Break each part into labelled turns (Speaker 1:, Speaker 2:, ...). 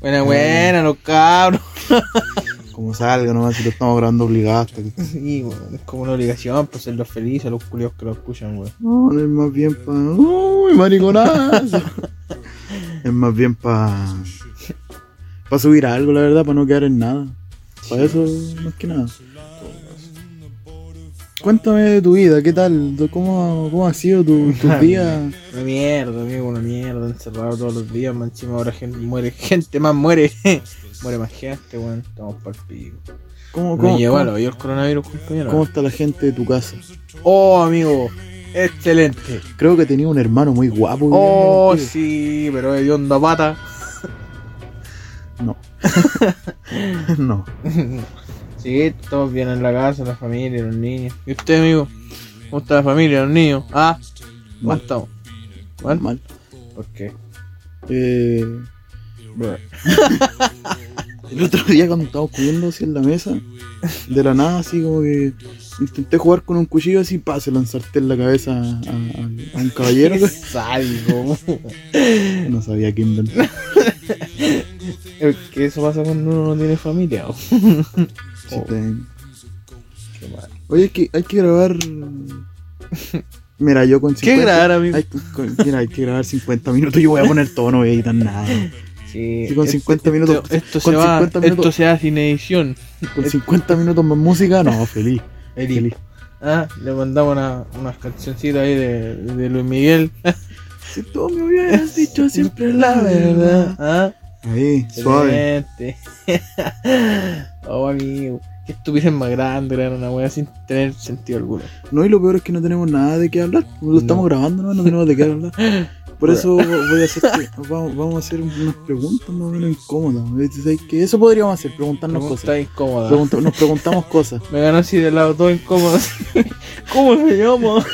Speaker 1: Buena, buena, los cabros.
Speaker 2: Como salga, nomás si lo estamos grabando obligado. hasta que-
Speaker 1: Sí, weón, es como una obligación pues hacerlos felices a los culios que lo escuchan, weón.
Speaker 2: No, no es más bien pa. ¡Uy, mariconazo! es más bien pa. Pa subir algo, la verdad, para no quedar en nada. Para eso, más que nada. Cuéntame de tu vida, ¿qué tal? ¿Cómo, cómo ha sido tu, tu día?
Speaker 1: Una mierda, amigo, una mierda, encerrado todos los días, más encima ahora gente, muere gente, más muere. muere más gente, weón, estamos para el pico.
Speaker 2: ¿Cómo, cómo,
Speaker 1: Me llevó a
Speaker 2: cómo,
Speaker 1: lo el coronavirus, compañero.
Speaker 2: cómo está la gente de tu casa?
Speaker 1: Oh, amigo, excelente.
Speaker 2: Creo que tenía un hermano muy guapo.
Speaker 1: Oh,
Speaker 2: viviendo
Speaker 1: sí, pero de onda pata.
Speaker 2: contigo. No. no.
Speaker 1: Sí, todos bien en la casa, la familia, los niños. ¿Y usted, amigo? ¿Cómo está la familia, los niños? Ah, mal
Speaker 2: Mal.
Speaker 1: estamos. ¿Mal?
Speaker 2: Mal.
Speaker 1: ¿Por qué?
Speaker 2: Eh, bueno. el otro día cuando estábamos comiendo así en la mesa, de la nada así como que intenté jugar con un cuchillo así, pa, se lanzarte en la cabeza a, a- a un caballero.
Speaker 1: Qué sádico.
Speaker 2: no sabía qué inventar.
Speaker 1: Oh. Es que eso pasa cuando uno no tiene familia. oh.
Speaker 2: Sí, ten-
Speaker 1: Qué mal.
Speaker 2: Oye, es que hay que grabar... Mira, yo con 50...
Speaker 1: ¿Qué grabar, amigo?
Speaker 2: hay que- con- mira, hay que grabar 50 minutos, yo voy a poner todo, no voy a editar nada.
Speaker 1: Sí,
Speaker 2: Sí, con 50 minutos-
Speaker 1: Esto, esto
Speaker 2: con
Speaker 1: se va,
Speaker 2: 50 minutos-
Speaker 1: esto se hace sin edición.
Speaker 2: Con 50 minutos más música, no, feliz.
Speaker 1: Eli. Ah, le mandamos una, unas cancioncitas ahí de, de Luis Miguel.
Speaker 2: Si tú me hubieras dicho Ah, siempre
Speaker 1: La verdad. Ah,
Speaker 2: Ahí, suave.
Speaker 1: excelente. oh, amigo. Que estuviesen más grande, era una wea sin tener sentido alguno.
Speaker 2: No, y lo peor es que no tenemos nada de qué hablar. Lo estamos
Speaker 1: No.
Speaker 2: grabando, ¿no? No tenemos de qué hablar. Por eso voy a hacer que- vamos, vamos a hacer unas preguntas más o menos incómodas. Es decir, que Eso podríamos hacer, preguntarnos
Speaker 1: Pregunta
Speaker 2: cosas.
Speaker 1: incómoda.
Speaker 2: Pregunta- nos preguntamos cosas.
Speaker 1: Me ganó así de lado todo incómodo. ¿Cómo se llama?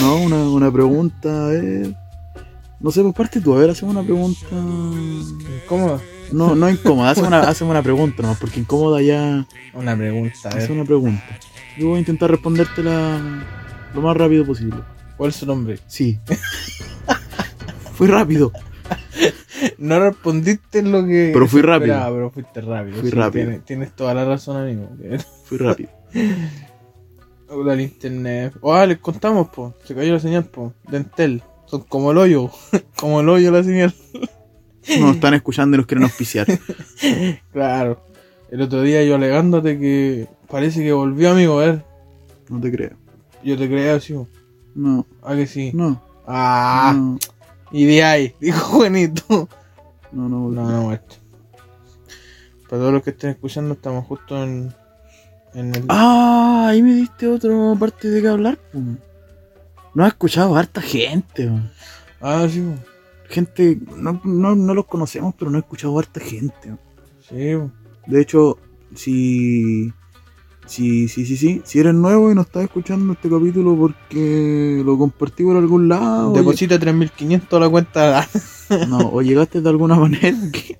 Speaker 2: No, una, una pregunta, a ver. No sé, pues parte tú, a ver, hacemos una pregunta.
Speaker 1: ¿Cómo?
Speaker 2: No, no incómoda, hacemos una, hacemos una pregunta nomás, porque incómoda ya.
Speaker 1: Una pregunta, a
Speaker 2: Hacemos
Speaker 1: ver.
Speaker 2: una pregunta. Yo voy a intentar respondértela lo más rápido posible.
Speaker 1: ¿Cuál es su nombre?
Speaker 2: Sí. Fui rápido.
Speaker 1: No respondiste lo que.
Speaker 2: Pero fui rápido.
Speaker 1: esperaba, pero fuiste rápido.
Speaker 2: Fui rápido.
Speaker 1: Tienes, tienes toda la razón, amigo.
Speaker 2: Fui rápido.
Speaker 1: Hola, el internet. Ah, les contamos, po. Se cayó la señal, po. Dentel. Son como el hoyo. como el hoyo la señal.
Speaker 2: Nos están escuchando y nos quieren auspiciar.
Speaker 1: Claro. El otro día yo alegándote que parece que volvió, amigo. A ver,
Speaker 2: No te creo.
Speaker 1: yo te creía así. po.
Speaker 2: No,
Speaker 1: Ah, que sí.
Speaker 2: no.
Speaker 1: Ah,
Speaker 2: No,
Speaker 1: y de ahí. Dijo Juanito.
Speaker 2: no, no.
Speaker 1: No, no, esto. Para todos los que estén escuchando, estamos justo en. en el...
Speaker 2: Ah, ahí me diste otra parte de qué hablar. po. No ha escuchado a harta gente. po.
Speaker 1: Ah, sí, po.
Speaker 2: Gente, no, no, no los conocemos, pero no he escuchado a harta gente. po.
Speaker 1: Sí, po.
Speaker 2: De hecho, si. Si, si, si, si, si eres nuevo y no estás escuchando este capítulo porque lo compartí por algún lado. oye-
Speaker 1: Deposita 3.500 a la cuenta.
Speaker 2: No, o llegaste de alguna manera que-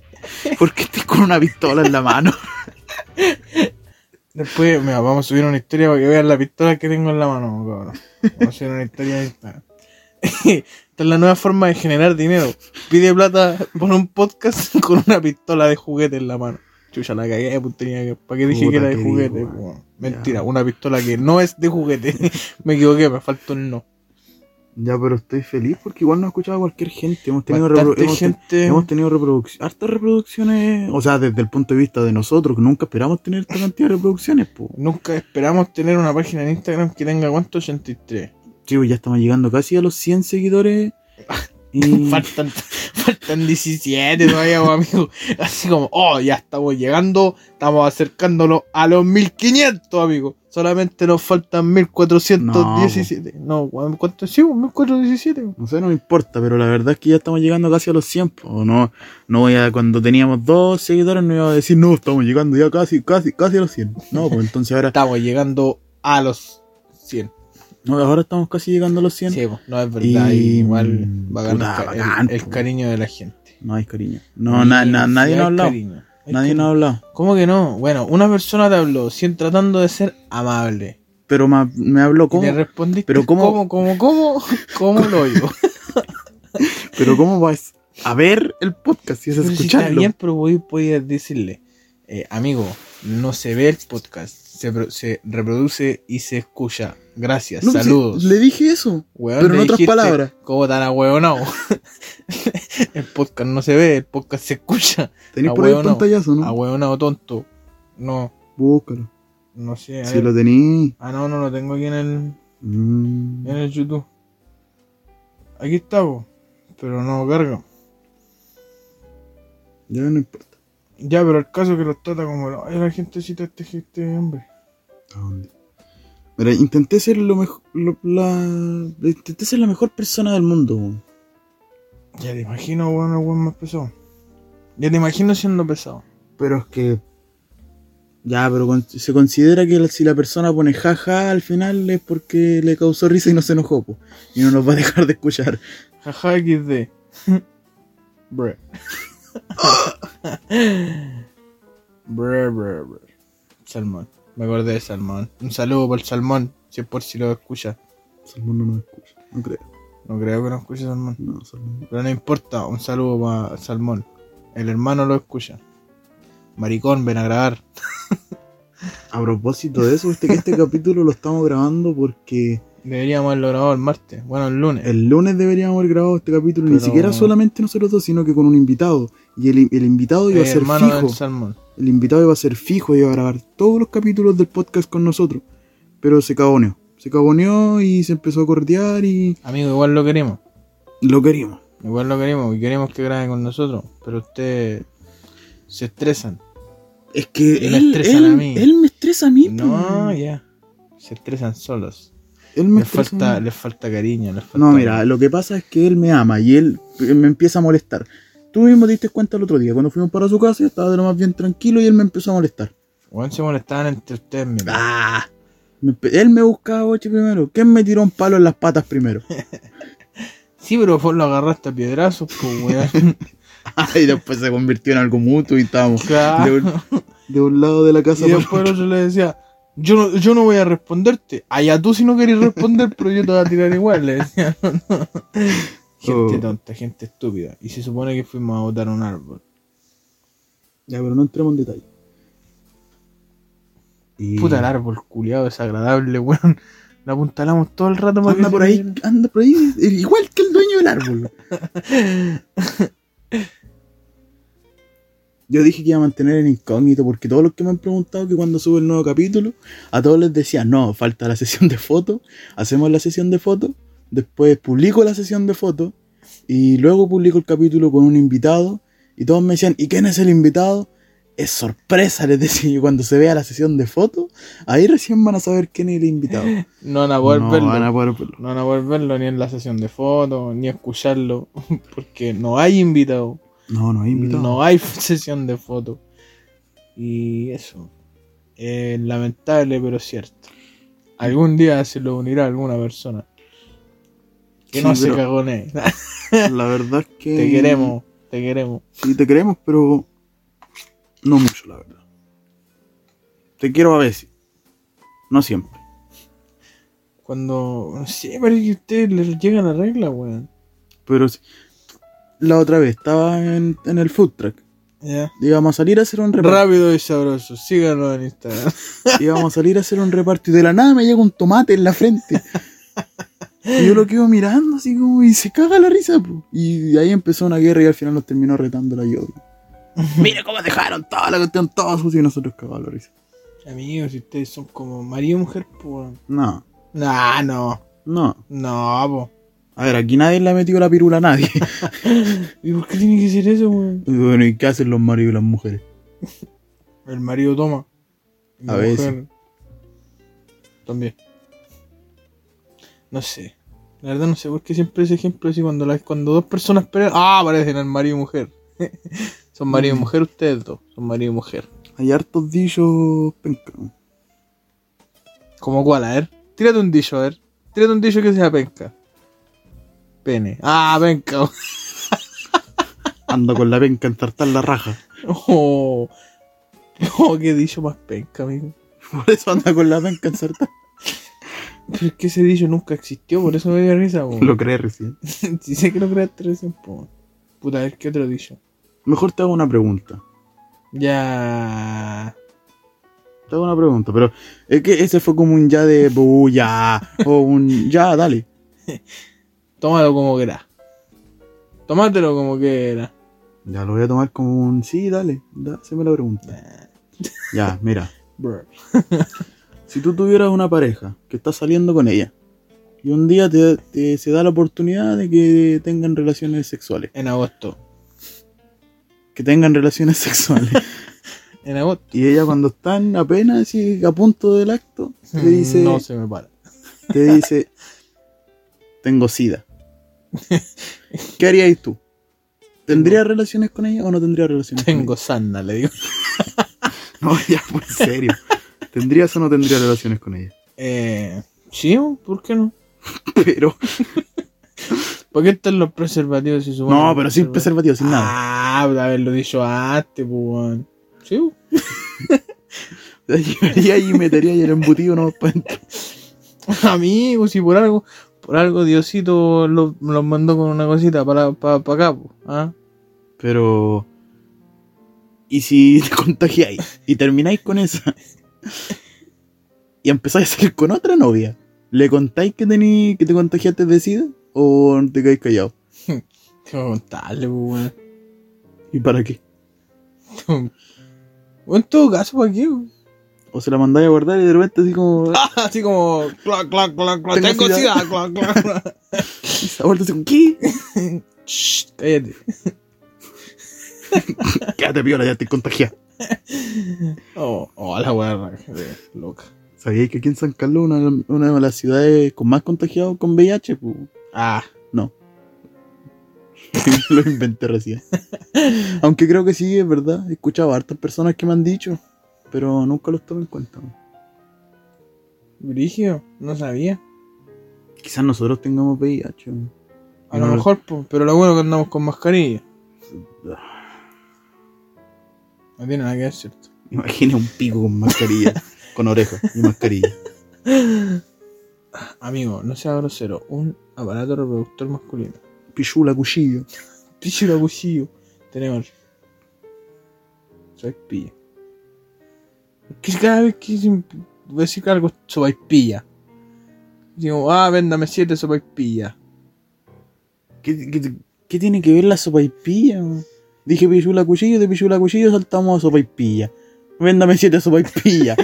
Speaker 2: porque estés con una pistola en la mano.
Speaker 1: Después, mira, vamos a subir una historia para que vean la pistola que tengo en la mano, cabrón. Vamos a subir una historia en Instagram. Esta es la nueva forma de generar dinero. Pide plata por un podcast con una pistola de juguete en la mano. Chucha, la cagué, pues tenía que... ¿Para qué dije
Speaker 2: Puta,
Speaker 1: que era de
Speaker 2: qué
Speaker 1: juguete?
Speaker 2: digo,
Speaker 1: pues? Mentira, una pistola que no es de juguete. me equivoqué, me faltó un no.
Speaker 2: Ya, pero estoy feliz porque igual no he escuchado a cualquier gente. Hemos tenido, repro-
Speaker 1: Bastante
Speaker 2: hemos ten-
Speaker 1: gente...
Speaker 2: hemos tenido reproduc- hartas reproducciones. O sea, desde el punto de vista de nosotros, que nunca esperamos tener esta cantidad de reproducciones. Po.
Speaker 1: Nunca esperamos tener una página en Instagram que tenga, ¿cuánto? 83.
Speaker 2: Chivo, pues, ya estamos llegando casi a los 100 seguidores. Y...
Speaker 1: Faltan, faltan 17 todavía, pues, amigo. Así como, oh, ya estamos llegando, estamos acercándonos a los 1500, amigo. Solamente nos faltan 1417. No, weón, ¿cuánto sí? 1417. weón.
Speaker 2: No sé, no me importa, pero la verdad es que ya estamos llegando casi a los 100. po. No, no voy a, cuando teníamos dos seguidores no iba a decir, no, estamos llegando ya casi, casi, casi a los 100. No, pues entonces ahora,
Speaker 1: Estamos llegando a los 100.
Speaker 2: no, ahora estamos casi llegando a los 100.
Speaker 1: Sí, pues, no es verdad.
Speaker 2: Y- mm,
Speaker 1: Igual va a ganar
Speaker 2: puta,
Speaker 1: el-
Speaker 2: bacán,
Speaker 1: el,
Speaker 2: po.
Speaker 1: cariño de la gente.
Speaker 2: No hay cariño. No, na-
Speaker 1: Sí,
Speaker 2: na-
Speaker 1: sí
Speaker 2: nadie
Speaker 1: hay
Speaker 2: nos ha hablado.
Speaker 1: cariño. Hay
Speaker 2: Nadie
Speaker 1: cariño.
Speaker 2: nos ha hablado.
Speaker 1: ¿Cómo que no? Bueno, una persona te habló, sin tratando de ser amable.
Speaker 2: Pero ma- me habló
Speaker 1: Y
Speaker 2: cómo.
Speaker 1: le respondiste,
Speaker 2: Pero
Speaker 1: ¿cómo,
Speaker 2: cómo-
Speaker 1: cómo, cómo, cómo, cómo lo oigo?
Speaker 2: Pero cómo vas a ver el podcast y es
Speaker 1: Pero si está
Speaker 2: escucharlo.
Speaker 1: bien, pero voy, podía decirle, eh, amigo, no se ve el podcast, se, pro- se reproduce y se escucha. Gracias,
Speaker 2: No, pues,
Speaker 1: saludos.
Speaker 2: le dije eso.
Speaker 1: Weón,
Speaker 2: pero en
Speaker 1: le
Speaker 2: otras
Speaker 1: dijiste,
Speaker 2: palabras.
Speaker 1: ¿Cómo tan a no? el podcast no se ve, el podcast se escucha.
Speaker 2: Tenéis
Speaker 1: Ah,
Speaker 2: por ahí el
Speaker 1: weón, no.
Speaker 2: pantallazo,
Speaker 1: A
Speaker 2: ¿no?
Speaker 1: tonto. No,
Speaker 2: Búscalo.
Speaker 1: no sé. a
Speaker 2: Si
Speaker 1: ver.
Speaker 2: lo tenéis.
Speaker 1: Ah, no, no lo tengo aquí en el,
Speaker 2: Mm.
Speaker 1: en el YouTube. Aquí está, po, pero no carga.
Speaker 2: Ya no importa.
Speaker 1: Ya, pero el caso que los trata como "Ay, la gente cita a este, este hombre.
Speaker 2: ¿A dónde? Mira, intenté ser lo mejor. lo- la... Intenté ser la mejor persona del mundo. weón.
Speaker 1: Ya te imagino, weón, el weón más pesado. Ya te imagino siendo pesado.
Speaker 2: Pero es que. Ya, pero con- se considera que la- si la persona pone jaja al final es porque le causó risa y no se enojó, po. Y no nos va a dejar de escuchar.
Speaker 1: Jaja XD. bre. bre, bre, bre. Salmón. Me acordé de Salmón. Un saludo por Salmón, si es por si lo escucha.
Speaker 2: Salmón no nos escucha. No creo.
Speaker 1: No creo que no escuche Salmón.
Speaker 2: No, Salmón.
Speaker 1: Pero no importa, un saludo para Salmón. El hermano lo escucha. Maricón, ven a grabar.
Speaker 2: A propósito de eso, este, este capítulo lo estamos grabando porque
Speaker 1: Deberíamos haberlo grabado el martes. Bueno, el lunes.
Speaker 2: el lunes deberíamos haber grabado este capítulo, ni
Speaker 1: Pero-
Speaker 2: siquiera solamente nosotros dos, sino que con un invitado. Y el, el invitado iba a
Speaker 1: El
Speaker 2: ser
Speaker 1: Eh, hermano
Speaker 2: fijo.
Speaker 1: del Salmón.
Speaker 2: Eh, El invitado iba a ser fijo, iba a grabar todos los capítulos del podcast con nosotros. Pero se caboneó. Se caboneó y se empezó a cortear y
Speaker 1: Amigo, igual lo queremos.
Speaker 2: lo queríamos.
Speaker 1: Igual lo queremos y queremos que grabe con nosotros. Pero ustedes se estresan.
Speaker 2: Es que
Speaker 1: Y
Speaker 2: él,
Speaker 1: me estresan
Speaker 2: él-
Speaker 1: a mí.
Speaker 2: él me estresa a mí.
Speaker 1: No,
Speaker 2: po.
Speaker 1: ya. Se estresan solos.
Speaker 2: él pues. me
Speaker 1: Les
Speaker 2: estresa
Speaker 1: falta,
Speaker 2: a mí.
Speaker 1: les falta cariño. Les falta
Speaker 2: No, mira, lo que pasa es que él me ama y él me empieza a molestar. Tú mismo te diste cuenta el otro día, cuando fuimos para su casa, yo estaba de lo más bien tranquilo y él me empezó a molestar.
Speaker 1: Weón, se molestaban entre ustedes, mira.
Speaker 2: Ah, me empe- él me buscaba boche primero. ¿Quién me tiró un palo en las patas primero?
Speaker 1: Sí, pero vos lo agarraste a piedrazos, pues, weón.
Speaker 2: y después se convirtió en algo mutuo y estábamos
Speaker 1: Claro.
Speaker 2: de, un, de un lado de la casa.
Speaker 1: Y
Speaker 2: para
Speaker 1: después el otro le decía, yo no, yo no voy a responderte. Allá tú si no querés responder, pero yo te voy a tirar igual, le decía. No, no. Gente
Speaker 2: Oh.
Speaker 1: tonta, gente estúpida. Y se supone que fuimos a botar un árbol.
Speaker 2: Ya, pero no entremos en detalle. Y-
Speaker 1: Puta el árbol culiado desagradable, weón. La apuntalamos todo el rato para
Speaker 2: Anda
Speaker 1: que
Speaker 2: por
Speaker 1: se
Speaker 2: ahí, anda por ahí, eh, igual que el dueño del árbol. Yo dije que iba a mantener en incógnito porque todos los que me han preguntado que cuando sube el nuevo capítulo, a todos les decía, no, falta la sesión de fotos, hacemos la sesión de fotos, después publico la sesión de fotos y luego publico el capítulo con un invitado y todos me decían, ¿y quién es el invitado? Es sorpresa, les decía yo, cuando se vea la sesión de fotos, ahí recién van a saber quién es el invitado.
Speaker 1: No van a poder
Speaker 2: No
Speaker 1: verlo.
Speaker 2: van a poder verlo.
Speaker 1: No van a poder verlo ni en la sesión de fotos, ni escucharlo, porque no hay invitado.
Speaker 2: No, no hay invitado.
Speaker 1: No hay sesión de fotos. Y eso. Eh, lamentable, pero cierto. Algún día se lo unirá alguna persona. Que no
Speaker 2: Sí,
Speaker 1: se
Speaker 2: pero-
Speaker 1: cagonee.
Speaker 2: La verdad es que.
Speaker 1: Ah, te queremos, te queremos.
Speaker 2: Sí, te queremos, pero. No mucho, la verdad. Te quiero a veces. No siempre.
Speaker 1: Cuando. Sí, parece que a ustedes les llega la regla, weón.
Speaker 2: Pero. sí. La otra vez estaba en, en el food truck.
Speaker 1: Ya.
Speaker 2: Íbamos a salir a hacer un reparto.
Speaker 1: Rápido y sabroso. Síganos en Instagram.
Speaker 2: íbamos a salir a hacer un reparto. Y de la nada me llega un tomate en la frente. Y yo lo quedo mirando así como. Y se caga la risa, po. Y de ahí empezó una guerra y al final nos terminó retando la lluvia. Mira cómo dejaron toda la cuestión, todo sucio y nosotros cagados la risa.
Speaker 1: Amigos, si ustedes son como marido y mujer, pues. weón.
Speaker 2: No.
Speaker 1: Nah, no.
Speaker 2: No.
Speaker 1: No, po.
Speaker 2: A ver, aquí nadie le ha metido la pirula a nadie.
Speaker 1: ¿Y por qué tiene que ser eso, weón?
Speaker 2: Y bueno, ¿y qué hacen los maridos y las mujeres?
Speaker 1: El marido toma. Y
Speaker 2: A
Speaker 1: la
Speaker 2: veces.
Speaker 1: mujer También. No sé. La verdad no sé por qué siempre ese ejemplo así cuando, las cuando dos personas pelean. Ah, parecen el marido y mujer. son marido y
Speaker 2: Mm.
Speaker 1: mujer ustedes dos. Son marido y mujer.
Speaker 2: Hay hartos dichos penca.
Speaker 1: ¿Como cuál? A ver. Tírate un dicho, a ver. Tírate un dicho que sea penca. Pene. Ah, penca.
Speaker 2: Anda con la penca en tartar la raja.
Speaker 1: Oh. Oh, qué dicho más penca, amigo.
Speaker 2: Por eso anda con la penca en sartar.
Speaker 1: Pero es que ese dicho nunca existió, por eso me dio risa, po.
Speaker 2: Lo creé recién.
Speaker 1: Sí sé que lo creaste recién, po. Puta, a ver qué otro dicho.
Speaker 2: Mejor te hago una pregunta.
Speaker 1: Ya.
Speaker 2: Te hago una pregunta, pero es que ese fue como un ya de "Bu, ya o un ya, dale.
Speaker 1: Tómalo como quieras. Tómatelo como quieras.
Speaker 2: Ya lo voy a tomar como un sí, dale, da, se me la pregunta.
Speaker 1: Nah,
Speaker 2: Ya, mira,
Speaker 1: bro.
Speaker 2: si tú tuvieras una pareja que estás saliendo con ella y un día te, te- se da la oportunidad de que tengan relaciones sexuales,
Speaker 1: En agosto.
Speaker 2: que tengan relaciones sexuales
Speaker 1: En agosto.
Speaker 2: y ella cuando están apenas así, a punto del acto te dice,
Speaker 1: Mm, No se me para.
Speaker 2: te dice, tengo sida. ¿Qué harías tú? ¿Tendrías relaciones con ella o no tendrías relaciones con ella?
Speaker 1: Tengo sana, le digo.
Speaker 2: No, ya, por serio. ¿Tendrías o no tendrías relaciones con ella?
Speaker 1: Eh. Sí, ¿por qué no?
Speaker 2: Pero.
Speaker 1: ¿Por qué están los preservativos si suponen
Speaker 2: No,
Speaker 1: los
Speaker 2: pero sin
Speaker 1: preservativos?
Speaker 2: preservativo, sin nada.
Speaker 1: Ah, de haberlo dicho antes, pues, weón. Sí, bo.
Speaker 2: Llegaría y metería ahí el embutido, no pa' dentro.
Speaker 1: pues. amigo, si por algo, por algo Diosito lo- los mandó con una cosita para, para, para acá, po, ¿ah?
Speaker 2: Pero. ¿Y si te contagiáis y termináis con esa? Y empezáis a salir con otra novia. ¿Le contáis que, tení, que te contagiaste de sida? ¿O te quedáis callado?
Speaker 1: Tengo que contarle, pues, weón.
Speaker 2: ¿Y para qué?
Speaker 1: O en todo caso, ¿para qué? weón?
Speaker 2: ¿O se la mandáis a guardar y de repente así como.
Speaker 1: Así como, clac, clac, clac, clac,
Speaker 2: Tengo
Speaker 1: tengo
Speaker 2: sida.
Speaker 1: sida, clac, clac, clac.
Speaker 2: A vuelta así como, ¿qué?
Speaker 1: Shh, cállate.
Speaker 2: Quédate piola, ya te contagiaste.
Speaker 1: Oh, oh la weá, eh, loca.
Speaker 2: ¿Sabíais que aquí en San Carlos una, una de las ciudades con más contagiados con VIH? pu?
Speaker 1: Ah,
Speaker 2: Lo inventé recién. Aunque creo que sí, es verdad. He escuchado a hartas personas que me han dicho, pero nunca los tomé en cuenta.
Speaker 1: Brigio, no sabía.
Speaker 2: Quizás nosotros tengamos VIH.
Speaker 1: A
Speaker 2: No
Speaker 1: lo
Speaker 2: lo-
Speaker 1: mejor, po, pero lo bueno es que andamos con mascarilla. No tiene nada que ver, ¿cierto?
Speaker 2: Imagina un pico con mascarilla, con orejas y mascarilla.
Speaker 1: Amigo, no sea grosero. Un aparato reproductor masculino.
Speaker 2: Pichula, cuchillo.
Speaker 1: Pichula cuchillo. Tenemos. Soy pilla. Que cada vez que se- voy a decir algo, soy pilla. Digo, ah, véndame siete, soy pilla.
Speaker 2: ¿Qué, qué, qué tiene que ver la sopaipilla? man? Dije pichula, cuchillo, de pichula, cuchillo saltamos a sopaipilla. Véndame siete sopaipillas.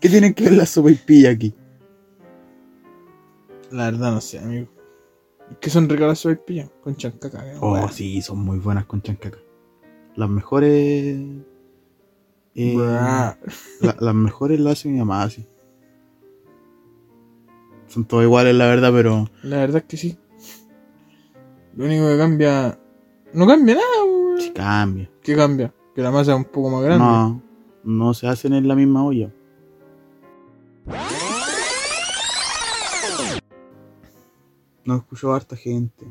Speaker 2: ¿Qué tiene que ver la sopaipilla aquí?
Speaker 1: La verdad, no sé, amigo. Es que son regalas soy pilla. Con chancaca, que
Speaker 2: Oh,
Speaker 1: weá.
Speaker 2: sí, son muy buenas con chancaca. Las mejores. eh,
Speaker 1: Weá.
Speaker 2: la- las mejores las hace mi mamá así. Son todas iguales, la verdad, pero.
Speaker 1: La verdad es que sí. Lo único que cambia. No cambia nada, weón.
Speaker 2: Sí cambia.
Speaker 1: ¿Qué cambia? Que la masa es un poco más grande.
Speaker 2: No, no se hacen en la misma olla. No escucho a harta gente.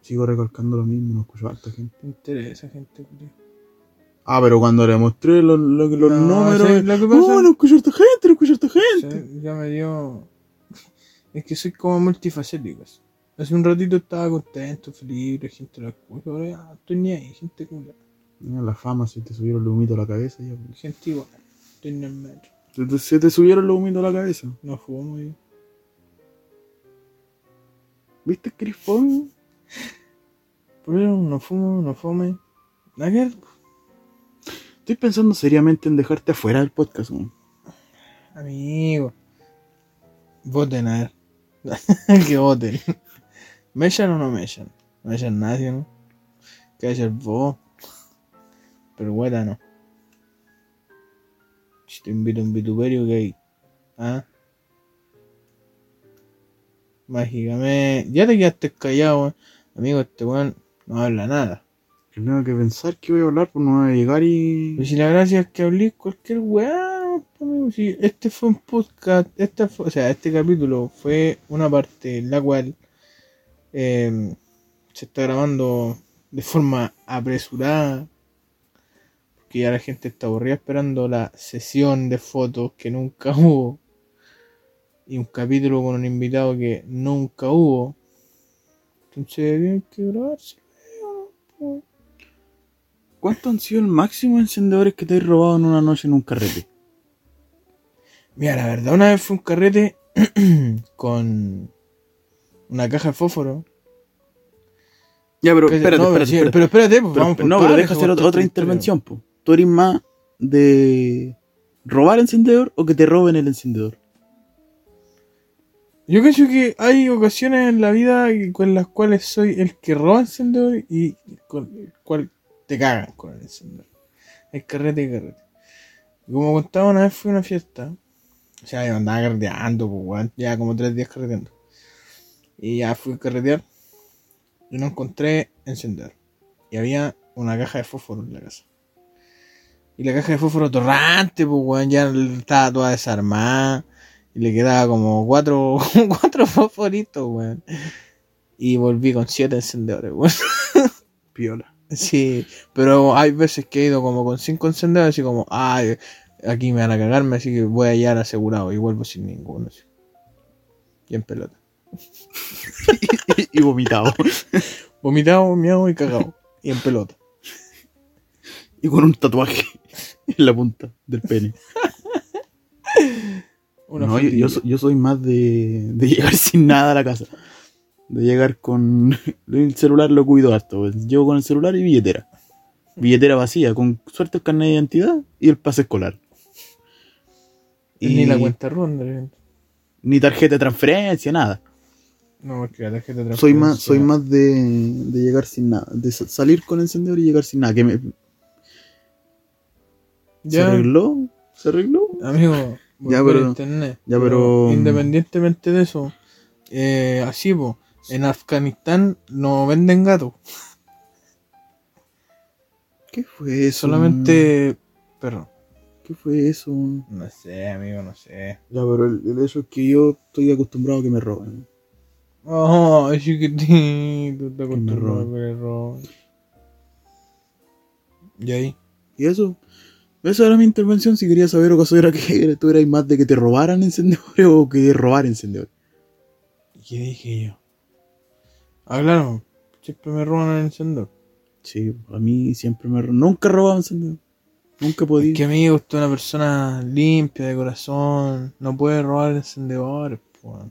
Speaker 2: Sigo recalcando lo mismo, no escucho a harta gente.
Speaker 1: Te interesa, gente. culiao.
Speaker 2: Ah, pero cuando le mostré los, los- los
Speaker 1: No,
Speaker 2: números.
Speaker 1: ¿sabes lo que
Speaker 2: No,
Speaker 1: pasa?
Speaker 2: no escucho a harta gente, no escucho a harta gente.
Speaker 1: Sí, ya me dio. Es que soy como multifacético. así. Hace un ratito estaba contento, feliz, la gente lo escucha. Ahora ya estoy ni ahí, gente cula.
Speaker 2: Mira, la fama, se te subieron los humitos a la cabeza. Ya. pues.
Speaker 1: Gente igual. Estoy en el metro.
Speaker 2: Se, te, se te subieron los humitos a la cabeza.
Speaker 1: No fumo yo.
Speaker 2: ¿Viste que eres fome?
Speaker 1: Por eso no fumo, no fome. Nada que ver.
Speaker 2: Estoy pensando seriamente en dejarte afuera del podcast. weón.
Speaker 1: Amigo. Voten a ver. que voten. ¿Me echan o no me echan? No me echan nadie, ¿no? Que echar vos. Pero güera, no. Si te invito a un vituperio que hay. ¿Ah? Mágicamente. Ya te quedaste callado, weón. Amigo, este weón no habla nada.
Speaker 2: Primero que pensar que voy a hablar, pues no voy a llegar
Speaker 1: Pero
Speaker 2: y.
Speaker 1: si la gracia es que hablé cualquier weá, amigo, si este fue un podcast, esta fue- o sea, este capítulo fue una parte en la cual eh, se está grabando de forma apresurada, porque ya la gente está aburrida esperando la sesión de fotos que nunca hubo, y un capítulo con un invitado que nunca hubo. Entonces, bien que grabarse.
Speaker 2: ¿Cuánto han sido el máximo de encendedores que te has robado en una noche en un carrete?
Speaker 1: Mira, la verdad, una vez fue un carrete con una caja de fósforo.
Speaker 2: Ya, pero
Speaker 1: Que-
Speaker 2: espérate,
Speaker 1: no,
Speaker 2: espérate,
Speaker 1: sí,
Speaker 2: espérate.
Speaker 1: pero espérate, pues,
Speaker 2: Pero-
Speaker 1: vamos por
Speaker 2: no, pero
Speaker 1: partes,
Speaker 2: deja
Speaker 1: pues,
Speaker 2: hacer otra,
Speaker 1: todo
Speaker 2: otra
Speaker 1: esto,
Speaker 2: intervención, po. ¿Tú eres más de robar encendedor o que te roben el encendedor?
Speaker 1: Yo creo que hay ocasiones en la vida con las cuales soy el que roba encendedor y con el cual te cagan con el encendedor. El carrete y carrete. Y como contaba, una vez fui a una fiesta. O sea, yo andaba carreteando, pues, weón. Ya como tres días carreteando. Y ya fui a carretear. Y no encontré encendedor. Y había una caja de fósforo en la casa. Y la caja de fósforo torrante, pues, weón. Ya estaba toda desarmada. Y le quedaba como cuatro, cuatro fosforitos, weón. Y volví con siete encendedores, weón.
Speaker 2: Piola.
Speaker 1: Sí, pero hay veces que he ido como con cinco encendedores y como, ay, aquí me van a cagarme, así que voy a llegar asegurado y vuelvo sin ninguno. así. Y en pelota.
Speaker 2: y vomitado.
Speaker 1: Vomitado, miado y cagado. Y en pelota.
Speaker 2: y con un tatuaje en la punta del pene.
Speaker 1: Una
Speaker 2: no, yo,
Speaker 1: frutilla.
Speaker 2: yo so- yo soy más de, de llegar sin nada a la casa. De llegar con el celular lo cuido harto. pues. Llevo con el celular y billetera. Billetera vacía, con suerte el carnet de identidad y el pase escolar.
Speaker 1: Ni la cuenta ronda. eh.
Speaker 2: Ni tarjeta de transferencia, nada.
Speaker 1: No, porque la tarjeta de
Speaker 2: Soy más,
Speaker 1: transferencia-
Speaker 2: soy más de, de llegar sin nada, de sa- salir con el encendedor y llegar sin nada. Que me, ¿Se
Speaker 1: Ya,
Speaker 2: arregló? ¿Se arregló?
Speaker 1: Amigo,
Speaker 2: Ya,
Speaker 1: ya, pero,
Speaker 2: pero-
Speaker 1: internet.
Speaker 2: ya, pero-
Speaker 1: Independientemente de eso, eh, así, po, en Afganistán no venden gatos,
Speaker 2: ¿Qué fue eso?
Speaker 1: solamente perro.
Speaker 2: ¿Qué fue eso?
Speaker 1: No sé, amigo, no sé.
Speaker 2: Ya, pero el, el hecho es que yo estoy acostumbrado a que me roben.
Speaker 1: Oh, chiquitito, te acostumbras a
Speaker 2: roben.
Speaker 1: que le roben. ¿Y ahí?
Speaker 2: Y eso, esa era mi intervención. Si quería saber o caso era que tú eras más de que te robaran encendedores o que de robar encendedores.
Speaker 1: ¿Qué dije yo? Ah, claro, siempre me roban el encendedor.
Speaker 2: Sí, a mí siempre me roban. Nunca robaba encendedor. Nunca podía.
Speaker 1: Es que, amigo, usted es una persona limpia de corazón, no puede robar encendedores, pues.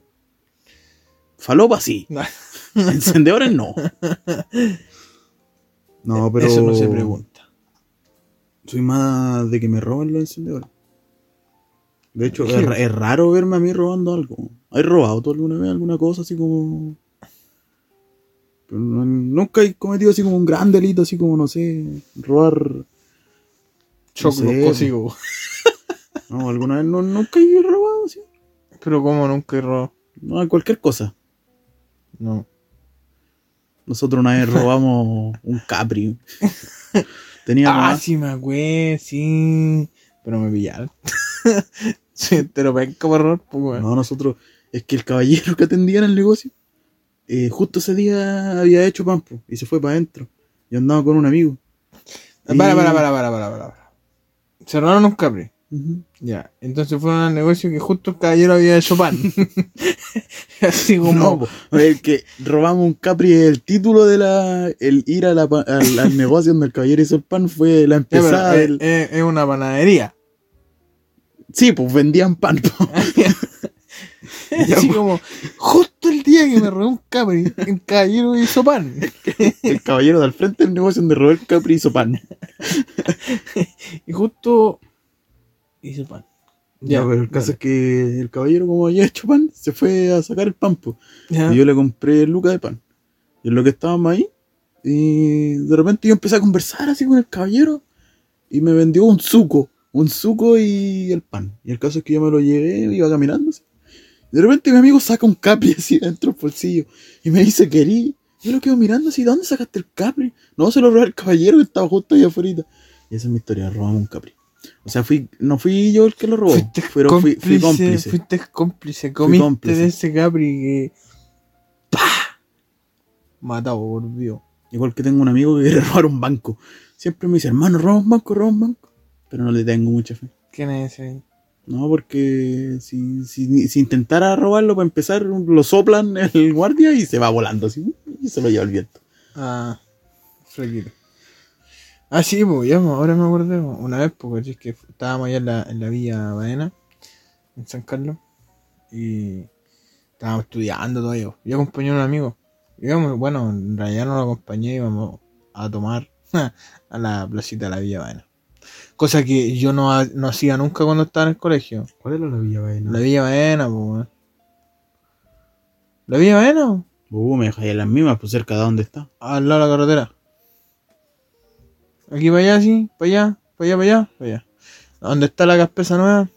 Speaker 2: Falopa sí. encendedores no. No, pero.
Speaker 1: E-, Eso no se pregunta.
Speaker 2: Soy más de que me roben los encendedores. De hecho, es, ra- es raro verme a mí robando algo. ¿Has robado tú alguna vez alguna cosa así como.? Pero no- nunca he cometido así como un gran delito, así como, no sé, robar.
Speaker 1: Choclo,
Speaker 2: No sé,
Speaker 1: cosigo.
Speaker 2: No, alguna vez no, nunca he robado así.
Speaker 1: Pero como nunca he robado.
Speaker 2: No, cualquier cosa.
Speaker 1: No.
Speaker 2: Nosotros una vez robamos un Capri. Teníamos.
Speaker 1: Ah,
Speaker 2: más-
Speaker 1: sí, me acuerdo, sí. Pero me pillaron. sí, te lo penca por error, pues, weón.
Speaker 2: No, nosotros. Es que el caballero que atendía en el negocio, eh, justo ese día había hecho pampo y se fue para adentro. Yo andaba con un amigo. Y-
Speaker 1: Para, para, para, para, para, para, para. Cerraron un capri.
Speaker 2: Ujú.
Speaker 1: Ya. Entonces fueron al negocio que justo el caballero había hecho pan. Así como.
Speaker 2: No, po, el que robamos un Capri, el título de la. El ir a la pa- al, al negocio donde el caballero hizo el pan fue la
Speaker 1: Ya, pero,
Speaker 2: empezada
Speaker 1: eh,
Speaker 2: del.
Speaker 1: eh, es una panadería.
Speaker 2: Sí, pues vendían pan. po.
Speaker 1: Así como, justo el día que me robé un capri, el caballero hizo pan.
Speaker 2: El caballero del frente del negocio donde robó el Capri hizo pan.
Speaker 1: Y justo hizo pan. Ya,
Speaker 2: Ya, pero el caso
Speaker 1: dale.
Speaker 2: es que el caballero, como había hecho pan, se fue a sacar el pan. po.
Speaker 1: Ya.
Speaker 2: Y yo le compré lucas de pan. Y en lo que estábamos ahí, y de repente yo empecé a conversar así con el caballero. Y me vendió un suco. Un suco y el pan. Y el caso es que yo me lo llevé, iba caminando. así. De repente mi amigo saca un capri así dentro del bolsillo. Y me dice, querí. Yo lo quedo mirando así, ¿de dónde sacaste el capri? No, se lo robé al caballero que estaba justo allá afuera. Y esa es mi historia, robamos un capri. O sea, fui, no fui yo el que lo robó,
Speaker 1: Fuiste
Speaker 2: pero fui, fui cómplice.
Speaker 1: Fuiste cómplice, comiste
Speaker 2: cómplice.
Speaker 1: de ese Capri que. ¡Pah! Matado, volvió.
Speaker 2: Igual que tengo un amigo que quiere robar un banco. Siempre me dice, hermano, roba un banco, roba un banco. Pero no le tengo mucha fe.
Speaker 1: ¿Quién es ese? ahí?
Speaker 2: No, porque si, si, si intentara robarlo para empezar, lo soplan el guardia y se va volando así. Y se lo lleva el viento.
Speaker 1: Ah, flaquito. Ah, sí, pues ya, pues, ahora me acordé. pues, Una vez, porque es que estábamos allá en la, en la Villa Baena, en San Carlos, y estábamos estudiando todo ello. Yo acompañé a un amigo. Íbamos, bueno, en realidad no lo acompañé, íbamos a tomar a la placita de la Villa Baena. Cosa que yo no, ha- no hacía nunca cuando estaba en el colegio.
Speaker 2: ¿Cuál era la Villa Baena?
Speaker 1: La Villa Baena, pues, weón. ¿La Villa Baena? po?
Speaker 2: Uh, me dejáis en las mismas, pues cerca de donde está.
Speaker 1: Al lado de la carretera. Aquí para allá, sí, para allá, para allá, para allá, para allá. Donde está la caspesa nueva,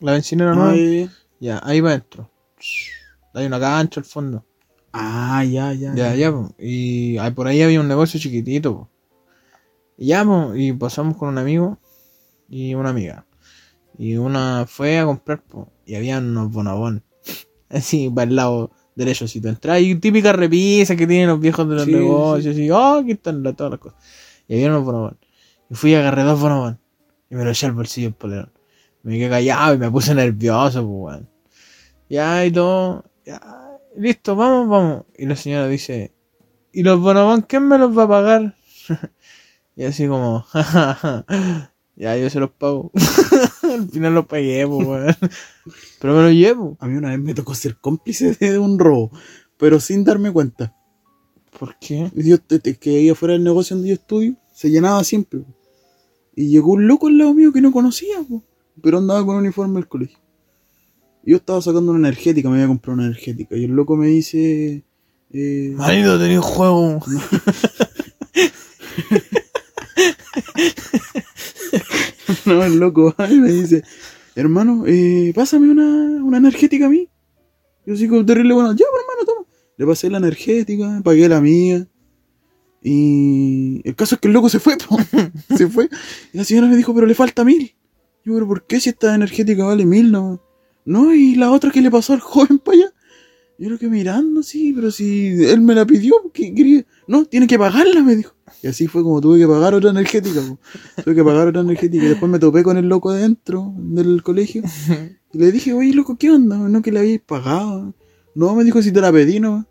Speaker 1: la bencinera nueva.
Speaker 2: Ay.
Speaker 1: Ya, ahí va adentro. Hay una cancha al fondo.
Speaker 2: Ah, ya, ya.
Speaker 1: Ya, ya, po. y ahí por ahí había un negocio chiquitito. po. Y ya, po, y pasamos con un amigo y una amiga. Y una fue a comprar, po, y había unos bonabón. Así, para el lado derecho, si tú entras. Y típica repisa que tienen los viejos de los
Speaker 2: Sí,
Speaker 1: negocios. Y, oh, aquí están la- todas las cosas. Y había unos bonabón. Y fui y agarré dos bonabón. Y me lo eché al bolsillo el polerón. Me quedé callado y me puse nervioso, pues, weón. Ya, y todo. Ya, listo, vamos, vamos. Y la señora dice, ¿y los bonobón quién me los va a pagar? y así como, "Ja, ja, ja. ya, yo se los pago. Al final los pagué, po, weón. Pero me los llevo.
Speaker 2: A mí una vez me tocó ser cómplice de un robo, pero sin darme cuenta.
Speaker 1: ¿Por qué?
Speaker 2: Yo te- te- que ahí afuera del negocio donde yo estudio, se llenaba siempre. po. Y llegó un loco al lado mío que no conocía, po, pero andaba con uniforme del colegio. Yo estaba sacando una energética, me había comprado una energética. Y el loco me dice... eh,
Speaker 1: Marido, tenía un juego.
Speaker 2: No, el loco va y me dice, hermano, eh, pásame una, una energética a mí. Yo sí, como terrible, bueno, ya, pues, hermano, toma. Le pasé la energética, pagué la mía. Y el caso es que el loco se fue, po. se fue. Y la señora me dijo, pero le falta mil. Yo, pero ¿por qué si esta energética vale mil no? No, y la otra que le pasó al joven para allá. Yo lo que mirando, sí, pero si él me la pidió, ¿qué quería? No, tiene que pagarla, me dijo. Y así fue como tuve que pagar otra energética, po. Tuve que pagar otra energética. Y después me topé con el loco adentro del colegio. Y le dije, oye, loco, ¿qué onda? No, que le habíais pagado. No, me dijo si te la pedí, no.